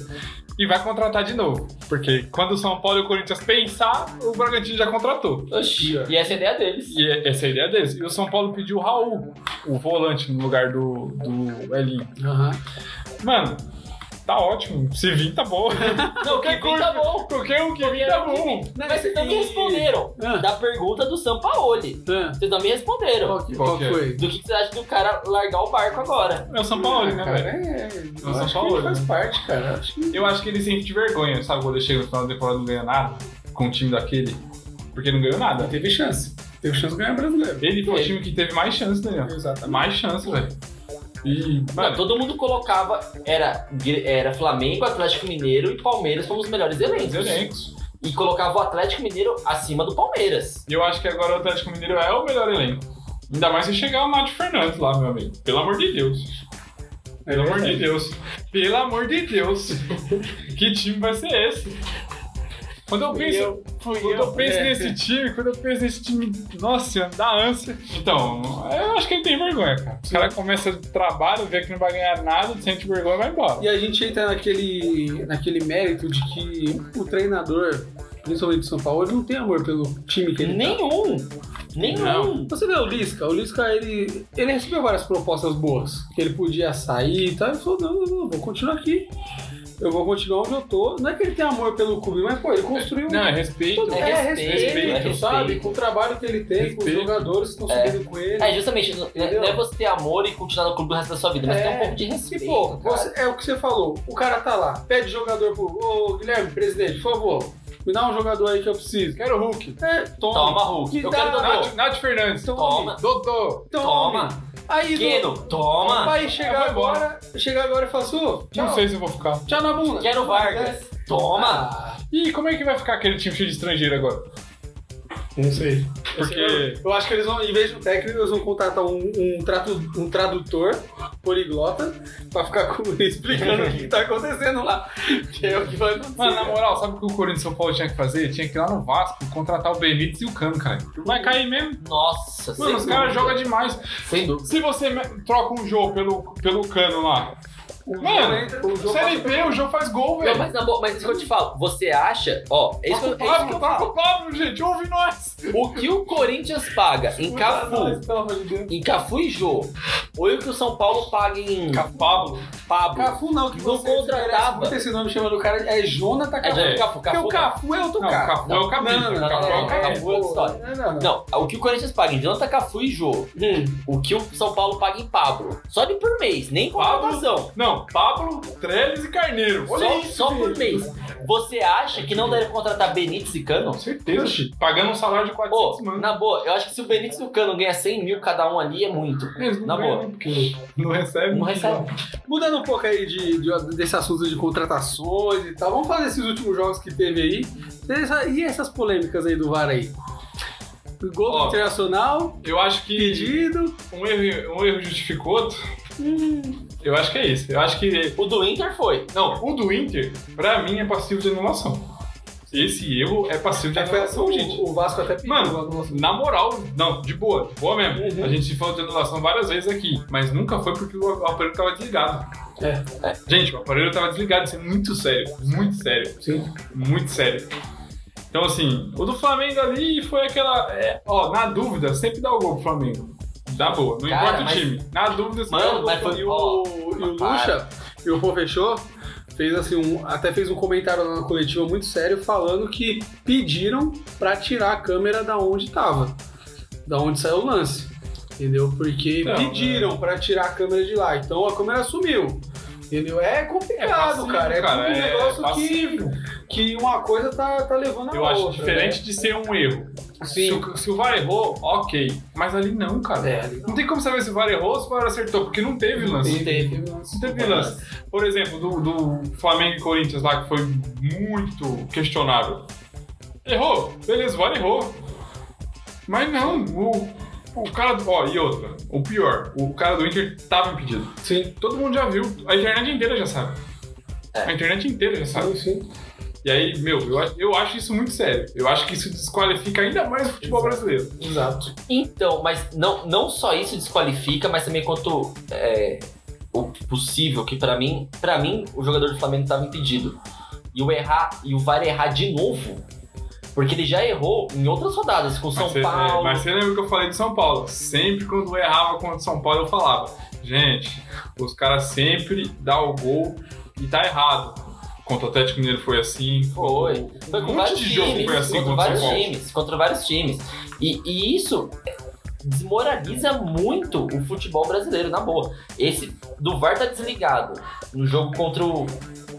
S1: E vai contratar de novo. Porque quando o São Paulo e o Corinthians pensar, o Bragantino já contratou.
S3: Oxi. E essa é a ideia deles.
S1: E é- essa é a ideia deles. E o São Paulo pediu o Raul, o volante, no lugar do, do Elinho.
S2: Aham.
S1: Mano, tá ótimo. Se vir, tá bom.
S3: Não, que
S1: Qualquer
S3: tá bom.
S1: Qualquer um que vir,
S3: Qualquer
S1: tá
S3: um que
S1: bom.
S3: Mas vocês não me
S2: E-
S3: responderam
S2: Ah.
S3: da pergunta do Sampaoli.
S2: Ah,
S3: Vocês não me responderam.
S2: Qual, que,
S1: Qual
S2: qual
S1: que é?
S2: foi?
S3: Do que que vocês acham do cara largar o barco agora?
S1: É o São Paulo, né,
S2: cara,
S1: velho?
S2: é, é, eu
S1: São
S2: acho
S1: Paulo,
S2: que faz
S1: né?
S2: parte, cara. Acho que
S1: Eu acho que ele sente vergonha, sabe? Quando ele chega no final da temporada e não ganha nada com o time daquele. Porque não ganhou nada.
S2: teve chance. Teve chance de ganhar brasileiro.
S1: Ele foi o time que teve mais chance, Daniel.
S2: Exatamente.
S1: Mais chance, velho. E,
S3: Não,
S1: mano,
S3: todo mundo colocava, era, era Flamengo, Atlético Mineiro e Palmeiras como os melhores
S1: os
S3: elencos.
S1: elencos.
S3: E colocava o Atlético Mineiro acima do Palmeiras.
S1: E eu acho que agora o Atlético Mineiro é o melhor elenco. Ainda mais se chegar o Nath Fernandes lá, meu amigo. Pelo amor de Deus. Pelo amor
S2: É,
S1: de Deus. Pelo amor de Deus. que time vai ser esse? Quando eu
S2: Fui
S1: penso,
S2: eu,
S1: quando eu,
S2: eu.
S1: penso
S2: É.
S1: nesse time, quando eu penso nesse time, nossa, dá ânsia. Então, eu acho que ele tem vergonha, cara. Os caras começam o trabalho, vê que não vai ganhar nada, sente vergonha e vai embora.
S2: E a gente entra naquele, naquele mérito de que o treinador, principalmente de São Paulo, ele não tem amor pelo time que ele tá.
S3: Nenhum! Nenhum!
S2: Você vê o Lisca, o Lisca ele, ele recebeu várias propostas boas, que ele podia sair e tal, ele falou, não, não, não, vou continuar aqui, eu vou continuar onde eu tô. Não é que ele tem amor pelo clube, mas pô, ele construiu... um
S1: Não, é respeito.
S2: todo-
S3: É respeito,
S2: respeito,
S3: é
S2: sabe?
S3: respeito.
S2: Com o trabalho que ele tem, com os
S1: Respeito.
S2: jogadores que estão subindo com ele.
S3: É, justamente, não não é
S2: Entendeu?
S3: você ter amor e continuar no clube o resto da sua vida, mas
S2: É,
S3: tem um pouco de
S2: E,
S3: respeito.
S2: pô,
S3: cara.
S2: você- é o que você falou. O cara tá lá, pede jogador pro. Ô, Guilherme, presidente, por favor, me dá um jogador aí que eu preciso.
S1: Quero o Hulk.
S2: É, Então,
S3: Toma, Hulk.
S2: Que
S3: Eu
S2: dá-
S3: quero Dodô.
S1: Nath, Nath Fernandes.
S3: Toma.
S1: Dodô.
S3: Toma.
S2: então, Aí, do...
S3: Queno. Toma. É,
S2: Vai chegar
S1: Vai embora.
S2: agora, chegar agora e falar assim, ô,
S1: Não
S2: tchau,
S1: sei se eu vou ficar.
S2: tchau na bunda.
S3: Quero Vargas. Toma.
S2: Ah,
S1: E como é que vai ficar aquele time cheio de estrangeiro agora?
S2: não sei.
S1: Porque-
S2: Eu acho que eles vão, em vez de um técnico, eles vão contratar um, um, tradu- um tradutor poliglota pra ficar com, explicando o que tá acontecendo lá. Que é o que vai acontecer.
S1: Mano, na moral, sabe o que o Corinthians e São Paulo tinha que fazer? Tinha que ir lá no Vasco, contratar o Benítez e o Cano, cara. Vai cair mesmo.
S3: Nossa, sem
S1: Mano, os
S3: dúvida.
S1: caras jogam demais.
S3: Sem dúvida.
S1: Se você me- troca um jogo pelo, pelo Cano lá,
S2: O jogo
S1: Mano,
S2: entra. O jogo
S1: Série B, o João faz gol,
S3: Não,
S1: velho.
S3: mas na boa, mas isso que eu te falo, você acha, ó, é isso que eu,
S1: Toca
S3: é
S1: o
S3: isso que
S1: Pablo,
S3: eu
S1: toca
S3: falo.
S1: o Pablo, gente, ouve nós.
S3: O que o Corinthians paga em Cafu,
S2: Pelo amor de Deus.
S3: em Cafu e Jô, ou o que o São Paulo paga em
S1: Pablo.
S3: Pablo,
S2: Cafu não, que
S3: Não
S2: você
S3: contratava.
S2: desmerece Muito esse nome chamando o cara é Jonathan
S3: é
S2: Cafu.
S3: Jonathan Cafu,
S2: Porque o
S3: Cafu. não.
S2: Cafu é outro
S1: Não, o
S2: cara.
S1: Cafu é o Capita.
S2: Não, não, não,
S1: O Cafu é o
S2: não,
S3: Capita.
S2: Cafu é outra história. Não, não, não.
S3: Não, o que o Corinthians paga em Jonathan Cafu e Jô,
S2: Hum.
S3: o que o São Paulo paga em Pablo, só de por mês, nem com
S1: Pablo?
S3: razão.
S1: Não, Pablo, Trellis e Carneiro. Olha
S3: Só,
S1: isso,
S3: só
S1: velho.
S3: por mês. Você acha que não deve contratar Benítez e Cano?
S1: Com certeza, Chico. Pagando um salário de 400
S3: Ô,
S1: mano.
S3: na boa, eu acho que se o Benítez e o Cano ganha 100 mil cada um ali, é muito. é,
S1: Eles não
S3: na
S1: ganham,
S3: boa.
S1: né, porque não recebe.
S3: Não recebe.
S2: Mudando um pouco aí de, de- desse assunto de contratações e tal, vamos fazer esses últimos jogos que teve aí. Essa- e essas polêmicas aí do VAR aí? O Gol do
S1: Ó.
S2: internacional,
S1: Eu acho que
S2: pedido.
S1: um erro, um erro justifica o outro.
S3: Hum.
S1: Eu acho que é isso. Eu acho que.
S3: O do Inter foi.
S1: Não, o do Inter, pra mim, é passivo de anulação. Esse erro é passivo de
S2: Já foi assim,
S1: anulação, gente.
S2: o, o Vasco até pediu
S1: Mano,
S2: o gol do nosso-
S1: Na moral, não, de boa, de boa mesmo.
S2: Uhum.
S1: A gente se falou de anulação várias vezes aqui, mas nunca foi porque o aparelho tava desligado.
S2: É.
S1: Gente, o aparelho tava desligado, isso é muito sério, muito sério.
S2: Sim.
S1: Muito sério. Então, assim, o do Flamengo ali foi aquela. é, ó, na dúvida, sempre dá o gol pro Flamengo. Dá boa, não
S3: Cara,
S1: importa
S3: mas-
S1: o time. Na dúvida, sempre
S3: Mano,
S1: dá o gol
S3: mas
S1: pro
S3: foi-
S2: E
S1: Flamengo.
S2: o,
S3: Ó,
S2: e o
S3: para.
S2: Lucha e o Pô Fechou fez assim um. Até fez um comentário lá na coletiva muito sério falando que pediram pra tirar a câmera da onde tava. Da onde saiu o lance. Entendeu? Porque
S1: Então,
S2: pediram pra tirar a câmera de lá. Então a câmera sumiu. Entendeu? É
S1: É
S2: complicado,
S1: passivo,
S2: cara. É tudo um negócio que,
S1: passivo.
S2: que uma coisa tá, tá levando a
S1: Eu
S2: outra.
S1: acho diferente de ser um erro.
S2: Né?
S1: Se
S2: Sim.
S1: o, se o VAR errou, ok. Mas ali não, cara.
S2: É, ali
S1: Não tem como saber se o VAR errou ou se o VAR acertou, porque não teve lance.
S3: Não teve.
S1: Não teve lance. Por exemplo, do, do Flamengo e Corinthians lá, que foi muito questionável. Errou, beleza, o VAR errou. Mas não, o, o cara do. Ó, e outra, o pior, o cara do Inter tava impedido.
S2: Sim.
S1: Todo mundo já viu, a internet inteira já sabe.
S3: É.
S1: A internet inteira já sabe.
S2: Sim, sim.
S1: E aí, meu, eu, a- eu acho isso muito sério. Eu acho que isso desqualifica ainda mais o futebol brasileiro.
S2: Exato.
S3: Então, mas não, não só isso desqualifica, mas também quanto é, o possível, que pra mim, para mim, o jogador do Flamengo tava impedido. E o errar, e o VAR errar de novo. Porque ele já errou em outras rodadas, com o São
S1: mas, você,
S3: Paulo.
S1: é, mas você lembra que eu falei de São Paulo? Sempre quando eu errava contra o São Paulo, eu falava: gente, os caras sempre dão o gol e tá errado. Contra o Atlético Mineiro foi assim.
S3: Foi. Foi
S1: Um
S3: com
S1: monte
S3: vários
S1: de
S3: times,
S1: jogo foi assim contra
S3: contra
S1: o São
S3: vários
S1: Paulo.
S3: times, contra vários times. E, e isso desmoraliza muito o futebol brasileiro, na boa. Esse do VAR tá desligado no jogo contra o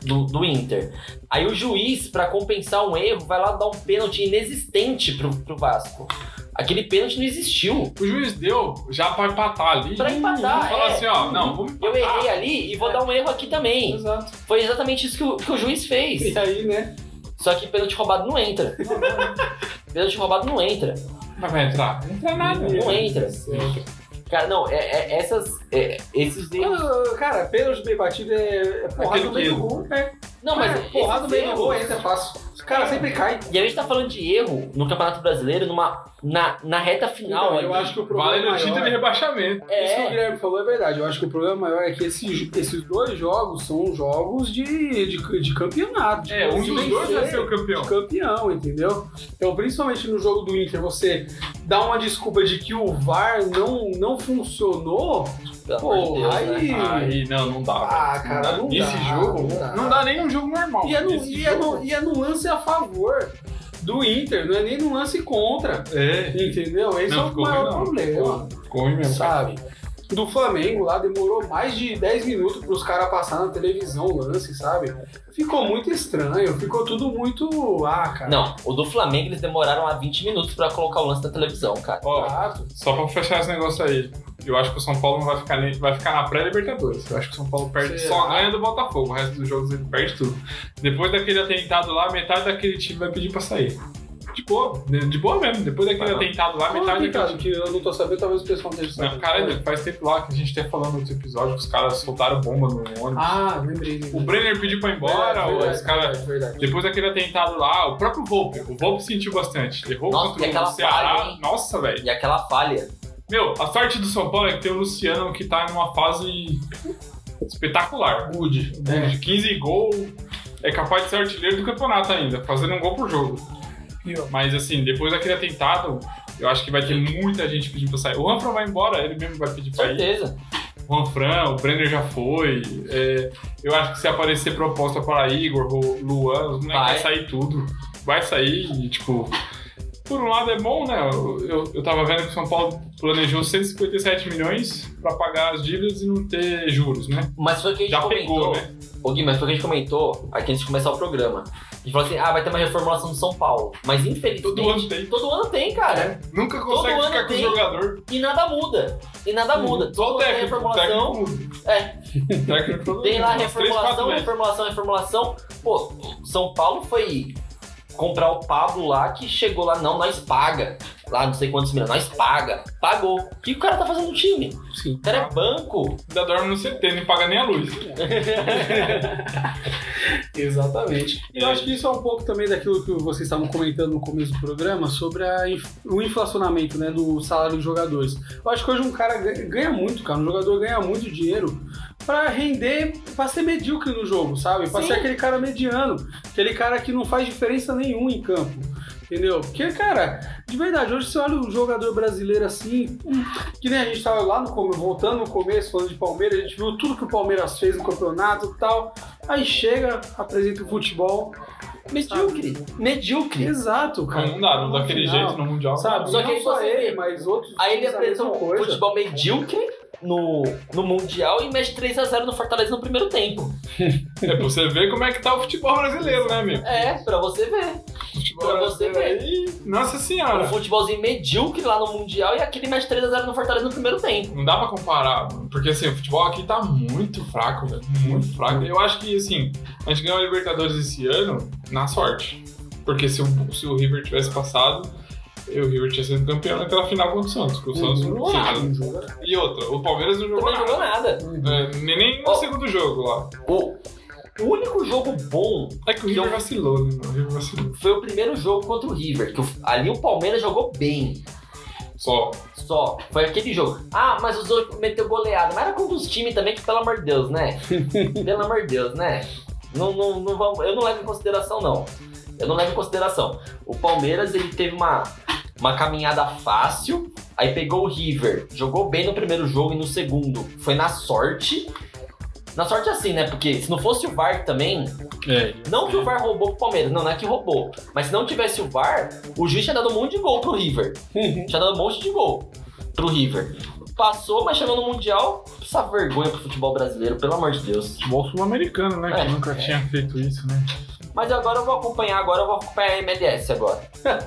S3: do, do Inter. Aí o juiz, pra compensar um erro, vai lá dar um pênalti inexistente pro, pro Vasco. Aquele pênalti não existiu.
S1: O juiz deu já pra empatar ali.
S3: Pra empatar,
S1: Fala
S3: é.
S1: assim: ó, não, vamos
S3: Eu
S1: empatar.
S3: errei ali e vou dar um erro aqui também.
S2: Exato.
S3: Foi exatamente isso que o, que o juiz fez.
S2: E aí, né?
S3: Só que pênalti roubado não
S2: [laughs]
S3: entra. pênalti roubado não entra.
S1: Mas vai entrar.
S2: Um
S1: Não entra nada.
S3: Não entra. Cara, não, é, é- essas, é- esses erros.
S2: Quando, cara, pênalti bem batido é, é porrada
S1: Aquele
S2: no meio do
S1: que-
S2: gol. É,
S3: Não, mas.
S2: é, porrada no
S3: esses
S2: meio do gol
S3: erros-
S2: ainda é fácil. Os caras sempre caem.
S3: E a gente tá falando de erro no Campeonato Brasileiro numa, na, na reta final.
S2: Então, eu acho que o problema
S1: Valendo o
S2: maior...
S1: título de rebaixamento.
S2: Isso que o
S3: É,
S2: Guilherme falou é verdade. Eu acho que o problema maior é que esse- esses dois jogos são jogos de, de, de campeonato. de-
S1: É, um
S2: de
S1: dos dois vai
S2: vencer,
S1: ser o campeão.
S2: de campeão, entendeu? Então, principalmente no jogo do Inter, você dá uma desculpa de que o VAR não, não funcionou.
S3: pelo amor de
S2: Pô,
S3: Deus, né?
S2: aí.
S1: Aí, não, não dá.
S2: Ah,
S1: velho.
S2: cara, não
S1: Nesse
S2: dá,
S1: jogo,
S2: não dá.
S1: nem um jogo normal.
S2: E é, no,
S1: Esse
S2: e, é
S1: jogo-
S2: no, e é no lance a favor do Inter, não é nem no lance contra.
S1: É,
S2: Entendeu? Esse
S1: Não,
S2: é o
S1: ficou
S2: maior
S1: ruim, não.
S2: problema,
S1: ficou ruim mesmo. cara.
S2: sabe? Do Flamengo lá demorou mais de 10 minutos para os caras passar na televisão o lance, sabe? Ficou muito estranho, ficou tudo muito. Ah, cara.
S3: Não, o do Flamengo eles demoraram há 20 minutos pra colocar o lance na televisão, cara.
S1: Ó,
S2: Exato.
S1: só pra fechar esse negócio aí. Eu acho que o São Paulo não vai ficar nem, vai ficar na pré-Libertadores. Eu acho que o São Paulo perde,
S2: Será?
S1: só ganha do Botafogo. O resto dos jogos ele perde tudo. Depois daquele atentado lá, metade daquele time vai pedir pra sair. De boa, de, de boa mesmo. Depois daquele
S3: Tá.
S1: atentado lá,
S2: Como
S1: metade
S2: é,
S1: daquele
S2: Ricardo, que eu não tô sabendo, talvez o pessoal não esteja
S1: time. Não,
S2: sabendo.
S1: Cara, faz tempo lá que a gente tá falando outro episódio que os caras soltaram bomba no ônibus.
S2: Ah, lembrei.
S1: O
S2: lembrei. É
S1: Brenner pediu pra ir
S3: É,
S1: embora,
S2: Verdade,
S1: os caras
S2: verdade, verdade.
S1: Depois daquele atentado lá, o próprio Volpe, o Volpe sentiu bastante. Errou
S3: Nossa, e
S1: contra
S3: aquela
S1: o Ceará.
S3: falha, hein?
S1: Nossa, velho.
S3: E aquela falha.
S1: Meu, a sorte do São Paulo é que tem o Luciano que tá numa fase espetacular.
S2: Good.
S1: De 15 gols, é capaz de ser artilheiro do campeonato ainda, fazendo um gol por jogo. Mas assim, depois daquele atentado, eu acho que vai ter muita gente pedindo pra sair. O Ranfran vai embora, ele mesmo vai pedir pra ir.
S3: Certeza.
S1: O Ranfran, o Brenner já foi. é, eu acho que se aparecer proposta para Igor, Ro- Luan, os moleques
S3: Vai.
S1: vai sair tudo. Vai sair e, tipo. Por um lado é bom, né? Eu, eu, eu tava vendo que o São Paulo planejou 157 milhões pra pagar as dívidas e não ter juros, né?
S3: Mas foi o que a gente
S1: Já pegou,
S3: comentou.
S1: né?
S3: Ô Gui, mas foi o que a gente comentou aqui antes de começar o programa. A gente falou assim: ah, vai ter uma reformulação do São Paulo. Mas infelizmente.
S1: Todo ano tem.
S3: todo ano tem, cara.
S1: Nunca
S3: Todo
S1: consegue
S3: ano
S1: ficar com o
S3: tem.
S1: jogador.
S3: E nada muda. E nada muda.
S1: Só o
S3: ano tem
S1: técnico. O
S3: reformulação.
S1: técnico muda.
S3: É,
S1: O [laughs] técnico todo
S3: tem lá
S1: muda, umas três, quatro
S3: reformulação,
S1: vezes.
S3: reformulação, reformulação. Pô, São Paulo foi comprar o Pablo lá que chegou lá, não, nós paga. Lá não sei quantos milhões, nós paga. Pagou. O que o cara tá fazendo no time?
S2: Sim.
S3: O cara é banco.
S1: Ainda dorme no CT, não paga nem a luz.
S2: Exatamente. E eu acho que isso é um pouco também daquilo que vocês estavam comentando no começo do programa sobre a inf- o inflacionamento né, do salário dos jogadores. Eu acho que hoje um cara ganha- ganha muito, cara. Um jogador ganha muito dinheiro pra render, pra ser medíocre no jogo, sabe? Pra
S3: Sim.
S2: ser aquele cara mediano, aquele cara que não faz diferença nenhuma em campo. Entendeu? Porque, cara, de verdade, hoje você olha o jogador brasileiro assim, hum, que nem a gente tava lá no começo, voltando no começo, falando de Palmeiras, a gente viu tudo que o Palmeiras fez no campeonato e tal. Aí chega, apresenta o futebol.
S3: Medíocre. Medíocre.
S2: Exato, cara.
S1: Não dá, não daquele
S2: Afinal,
S1: jeito no Mundial.
S2: Sabe?
S3: Só
S2: Só
S3: que
S2: que não
S3: aí
S2: só
S3: você
S2: ele,
S3: vê.
S2: mas outros.
S3: Aí ele
S2: times a mesma
S3: apresentou um
S2: coisa.
S3: futebol medíocre no, no Mundial e mexe 3x0 no Fortaleza no primeiro tempo.
S1: É pra você ver como é que tá o futebol brasileiro, né, amigo?
S3: É, pra você ver.
S1: Futebol
S3: Pra você
S1: brasileiro aí, Nossa
S3: Um
S1: senhora.
S3: futebolzinho medíocre lá no Mundial e aquele mexe 3x0 no Fortaleza no primeiro tempo.
S1: Não dá pra comparar, mano, porque assim, o futebol aqui tá muito fraco, velho. Muito fraco. Eu acho que, assim, a gente ganhou a Libertadores esse ano na sorte. Porque se o, se o River tivesse passado, eu, o River tinha sido campeão naquela final contra o Santos. Porque o Santos não jogou nada.
S2: Sim, joga-
S1: E outra, o Palmeiras não jogou
S3: Uhum. Também não Oh.
S1: nada.
S3: jogou nada.
S1: É, nem, nem no
S3: Ó.
S1: segundo jogo lá.
S3: O o único jogo bom
S1: É que o
S3: Que
S1: River
S3: eu-
S1: vacilou, né? mano? O River vacilou.
S3: foi o primeiro jogo contra o River. Que o- ali o Palmeiras jogou bem.
S1: Só.
S3: Só. Foi aquele jogo. Ah, mas os outros meteu goleada. Mas era contra os times também, que pelo amor de Deus, [laughs] né? pelo amor de Deus, né? Não, não, não vamos, eu não levo em consideração, não. Eu não levo em consideração. O Palmeiras, ele teve uma, uma caminhada fácil. Aí pegou o River. Jogou bem no primeiro jogo e no segundo. Foi na sorte. Na sorte assim, né? Porque se não fosse o VAR também,
S1: É.
S3: Não que o VAR roubou pro Palmeiras, não, não é que roubou. Mas se não tivesse o VAR, o juiz tinha dado um monte de gol pro River. Tinha dado um monte de gol pro River. Passou, mas chegou no Mundial, essa vergonha pro futebol brasileiro, pelo amor de Deus.
S1: Futebol sul-americano, né?
S3: É.
S1: Que nunca tinha feito isso, né?
S3: Mas agora eu vou acompanhar, agora eu vou acompanhar a MLS [laughs] agora. eu
S2: Você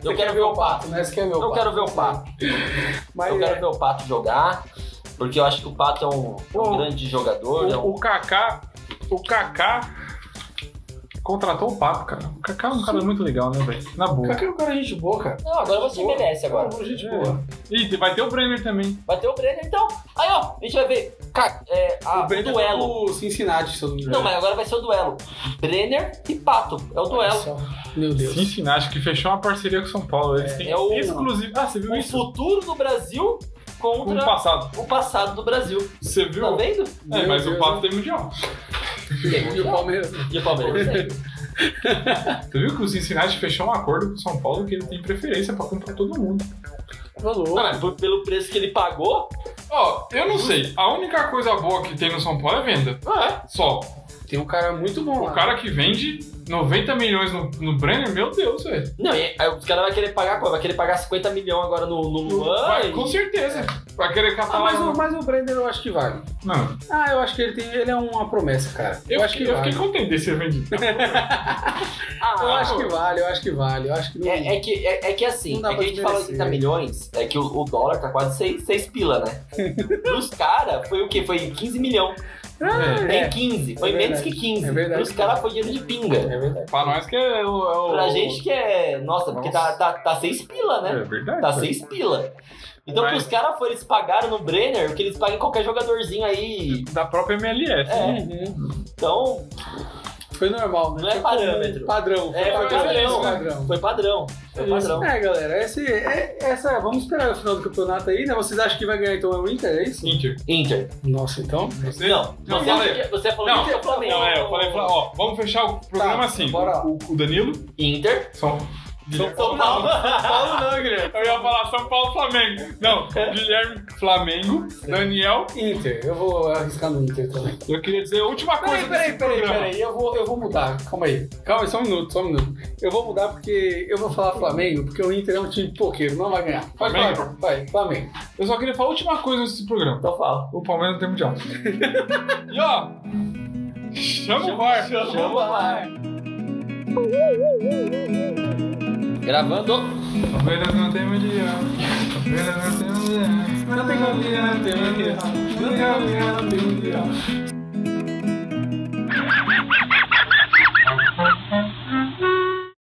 S3: quero
S2: quer
S3: ver o Pato.
S2: né? Você quer ver o
S3: Eu
S2: pato.
S3: quero ver o Pato.
S2: Mas
S3: Eu
S2: é,
S3: quero ver o Pato jogar. Porque eu acho que o Pato é um, é um
S1: Ô,
S3: grande jogador. é um-
S1: O, o Kaká, o Kaká contratou o Pato, cara. O Kaká é um cara muito legal, né, velho? Na boa.
S2: Kaká é um cara de gente boa, cara.
S3: Não, agora eu vou assistir
S2: Boa.
S3: MLS agora.
S2: Cara, gente
S1: É.
S2: boa.
S1: Ih, vai ter o Brenner também.
S3: Vai ter o Brenner, então. Aí, ó, a gente vai ver ca- é, a-
S2: o
S3: o
S2: Breno
S3: duelo.
S2: é do Cincinnati, se eu não me engano.
S3: Não, mas agora vai ser o duelo. Brenner e Pato. É o duelo.
S2: Só. Meu Deus.
S1: Cincinnati, né? que fechou uma parceria com o São Paulo. Eles têm
S3: É o-
S1: exclusivo. Ah, você viu
S3: O
S1: isso?
S3: futuro do Brasil
S1: No
S3: contra
S1: passado.
S3: o passado do Brasil.
S1: Você
S3: Tá
S1: Um viu?
S3: vendo?
S1: É,
S2: Meu
S1: mas
S2: Deus,
S1: o
S3: né?
S1: Pato tem mundial.
S2: E o Palmeiras.
S3: E o Palmeiras.
S1: Você viu que o Cincinnati fechou um acordo com o São Paulo que ele tem preferência pra comprar todo mundo.
S2: Falou.
S3: Não, mas por- pelo preço que ele pagou,
S1: Ó, eu não sei. A única coisa boa que tem no São Paulo é venda.
S3: é.
S1: Só.
S2: Tem um cara muito bom
S1: O
S2: lá.
S1: cara que vende 90 milhões no, no Brenner, meu Deus, velho.
S3: Não, e aí os caras vão querer pagar quanto? Vai querer pagar 50 milhões agora no, no Luan.
S1: Vai,
S3: e-
S1: com certeza. Vai querer
S2: Ah,
S1: catar
S2: mas,
S1: tá lá
S2: o,
S1: no-
S2: mas o Brenner eu acho que vale.
S1: Não,
S2: Ah, eu acho que ele, tem, ele é uma promessa, cara.
S1: eu,
S2: acho que
S1: eu
S2: vale.
S1: fiquei contente de ser vendido.
S3: Ah,
S2: Eu acho que vale, eu acho que vale. Eu acho que não.
S3: É, é que, é, é que assim,
S2: Não dá
S3: é que
S2: pra
S3: a gente fala
S2: desmerecer.
S3: 30 milhões, é que o, o dólar tá quase 6,
S2: [laughs]
S3: pila, né? Pros caras foi o quê? Foi 15 milhões.
S2: Ah,
S3: Nem
S2: é.
S3: 15, foi
S2: É
S3: menos
S2: verdade.
S3: que 15.
S2: É verdade.
S3: Pros caras foi dinheiro de pinga.
S2: É verdade.
S1: pra nós que é o. é o-
S3: Pra gente que é. Nossa, porque tá,
S1: Nossa.
S3: tá, tá 6 pila,
S1: É
S3: né?
S1: verdade.
S3: Tá
S1: pô.
S3: 6 pila. Então
S1: Mas-
S3: pros caras foi, eles pagaram no Brenner o que eles
S2: É.
S3: pagam em qualquer jogadorzinho aí.
S1: né? Da própria MLS.
S3: É.
S1: né?
S3: Então.
S2: Uhum. foi normal, né?
S4: Não é
S2: Foi
S4: parâmetro.
S2: Padrão.
S4: É, foi
S1: padrão.
S2: padrão.
S4: Foi padrão. Foi padrão.
S2: É, galera, esse, é- essa, vamos esperar o final do campeonato aí, né? Vocês acham que vai ganhar então é o Inter, é isso?
S1: Inter.
S3: Inter. é
S2: Nossa, então.
S1: Você?
S4: Não,
S1: Não,
S4: você,
S1: fala
S4: acha
S1: aí.
S4: que- você falou
S1: Não,
S4: que é Flamengo.
S1: Não, é, eu falei, falei, ó, vamos fechar o programa
S2: Tá,
S1: assim.
S2: bora lá.
S1: O, o Danilo,
S3: Inter.
S1: São Guilherme.
S4: São Paulo.
S2: Paulo não, Guilherme.
S1: Eu ia falar São Paulo Flamengo. Não,
S2: É.
S1: Guilherme Flamengo, Daniel.
S2: Inter, eu vou arriscar no Inter também.
S1: Eu queria dizer a última coisa
S2: Peraí, peraí,
S1: desse
S2: peraí,
S1: programa.
S2: peraí, eu vou, eu vou mudar. Calma aí. Calma aí, só um minuto, só um minuto. Eu vou mudar porque eu vou falar Flamengo, porque o Inter é um time poqueiro, não vai ganhar. Vai,
S1: Flamengo?
S2: Flamengo. Vai, Flamengo.
S1: Eu só queria falar a última coisa desse programa.
S4: Então fala.
S1: O Palmeiras não tem
S2: [laughs]
S1: mundial. e ó, chama o VAR.
S4: Chama lá.
S3: Gravando.
S1: Palmeiras não tem mundial. Palmeiras não tem mundial. Não tem mundial, não tem mundial. Não tem mundial, não tem mundial.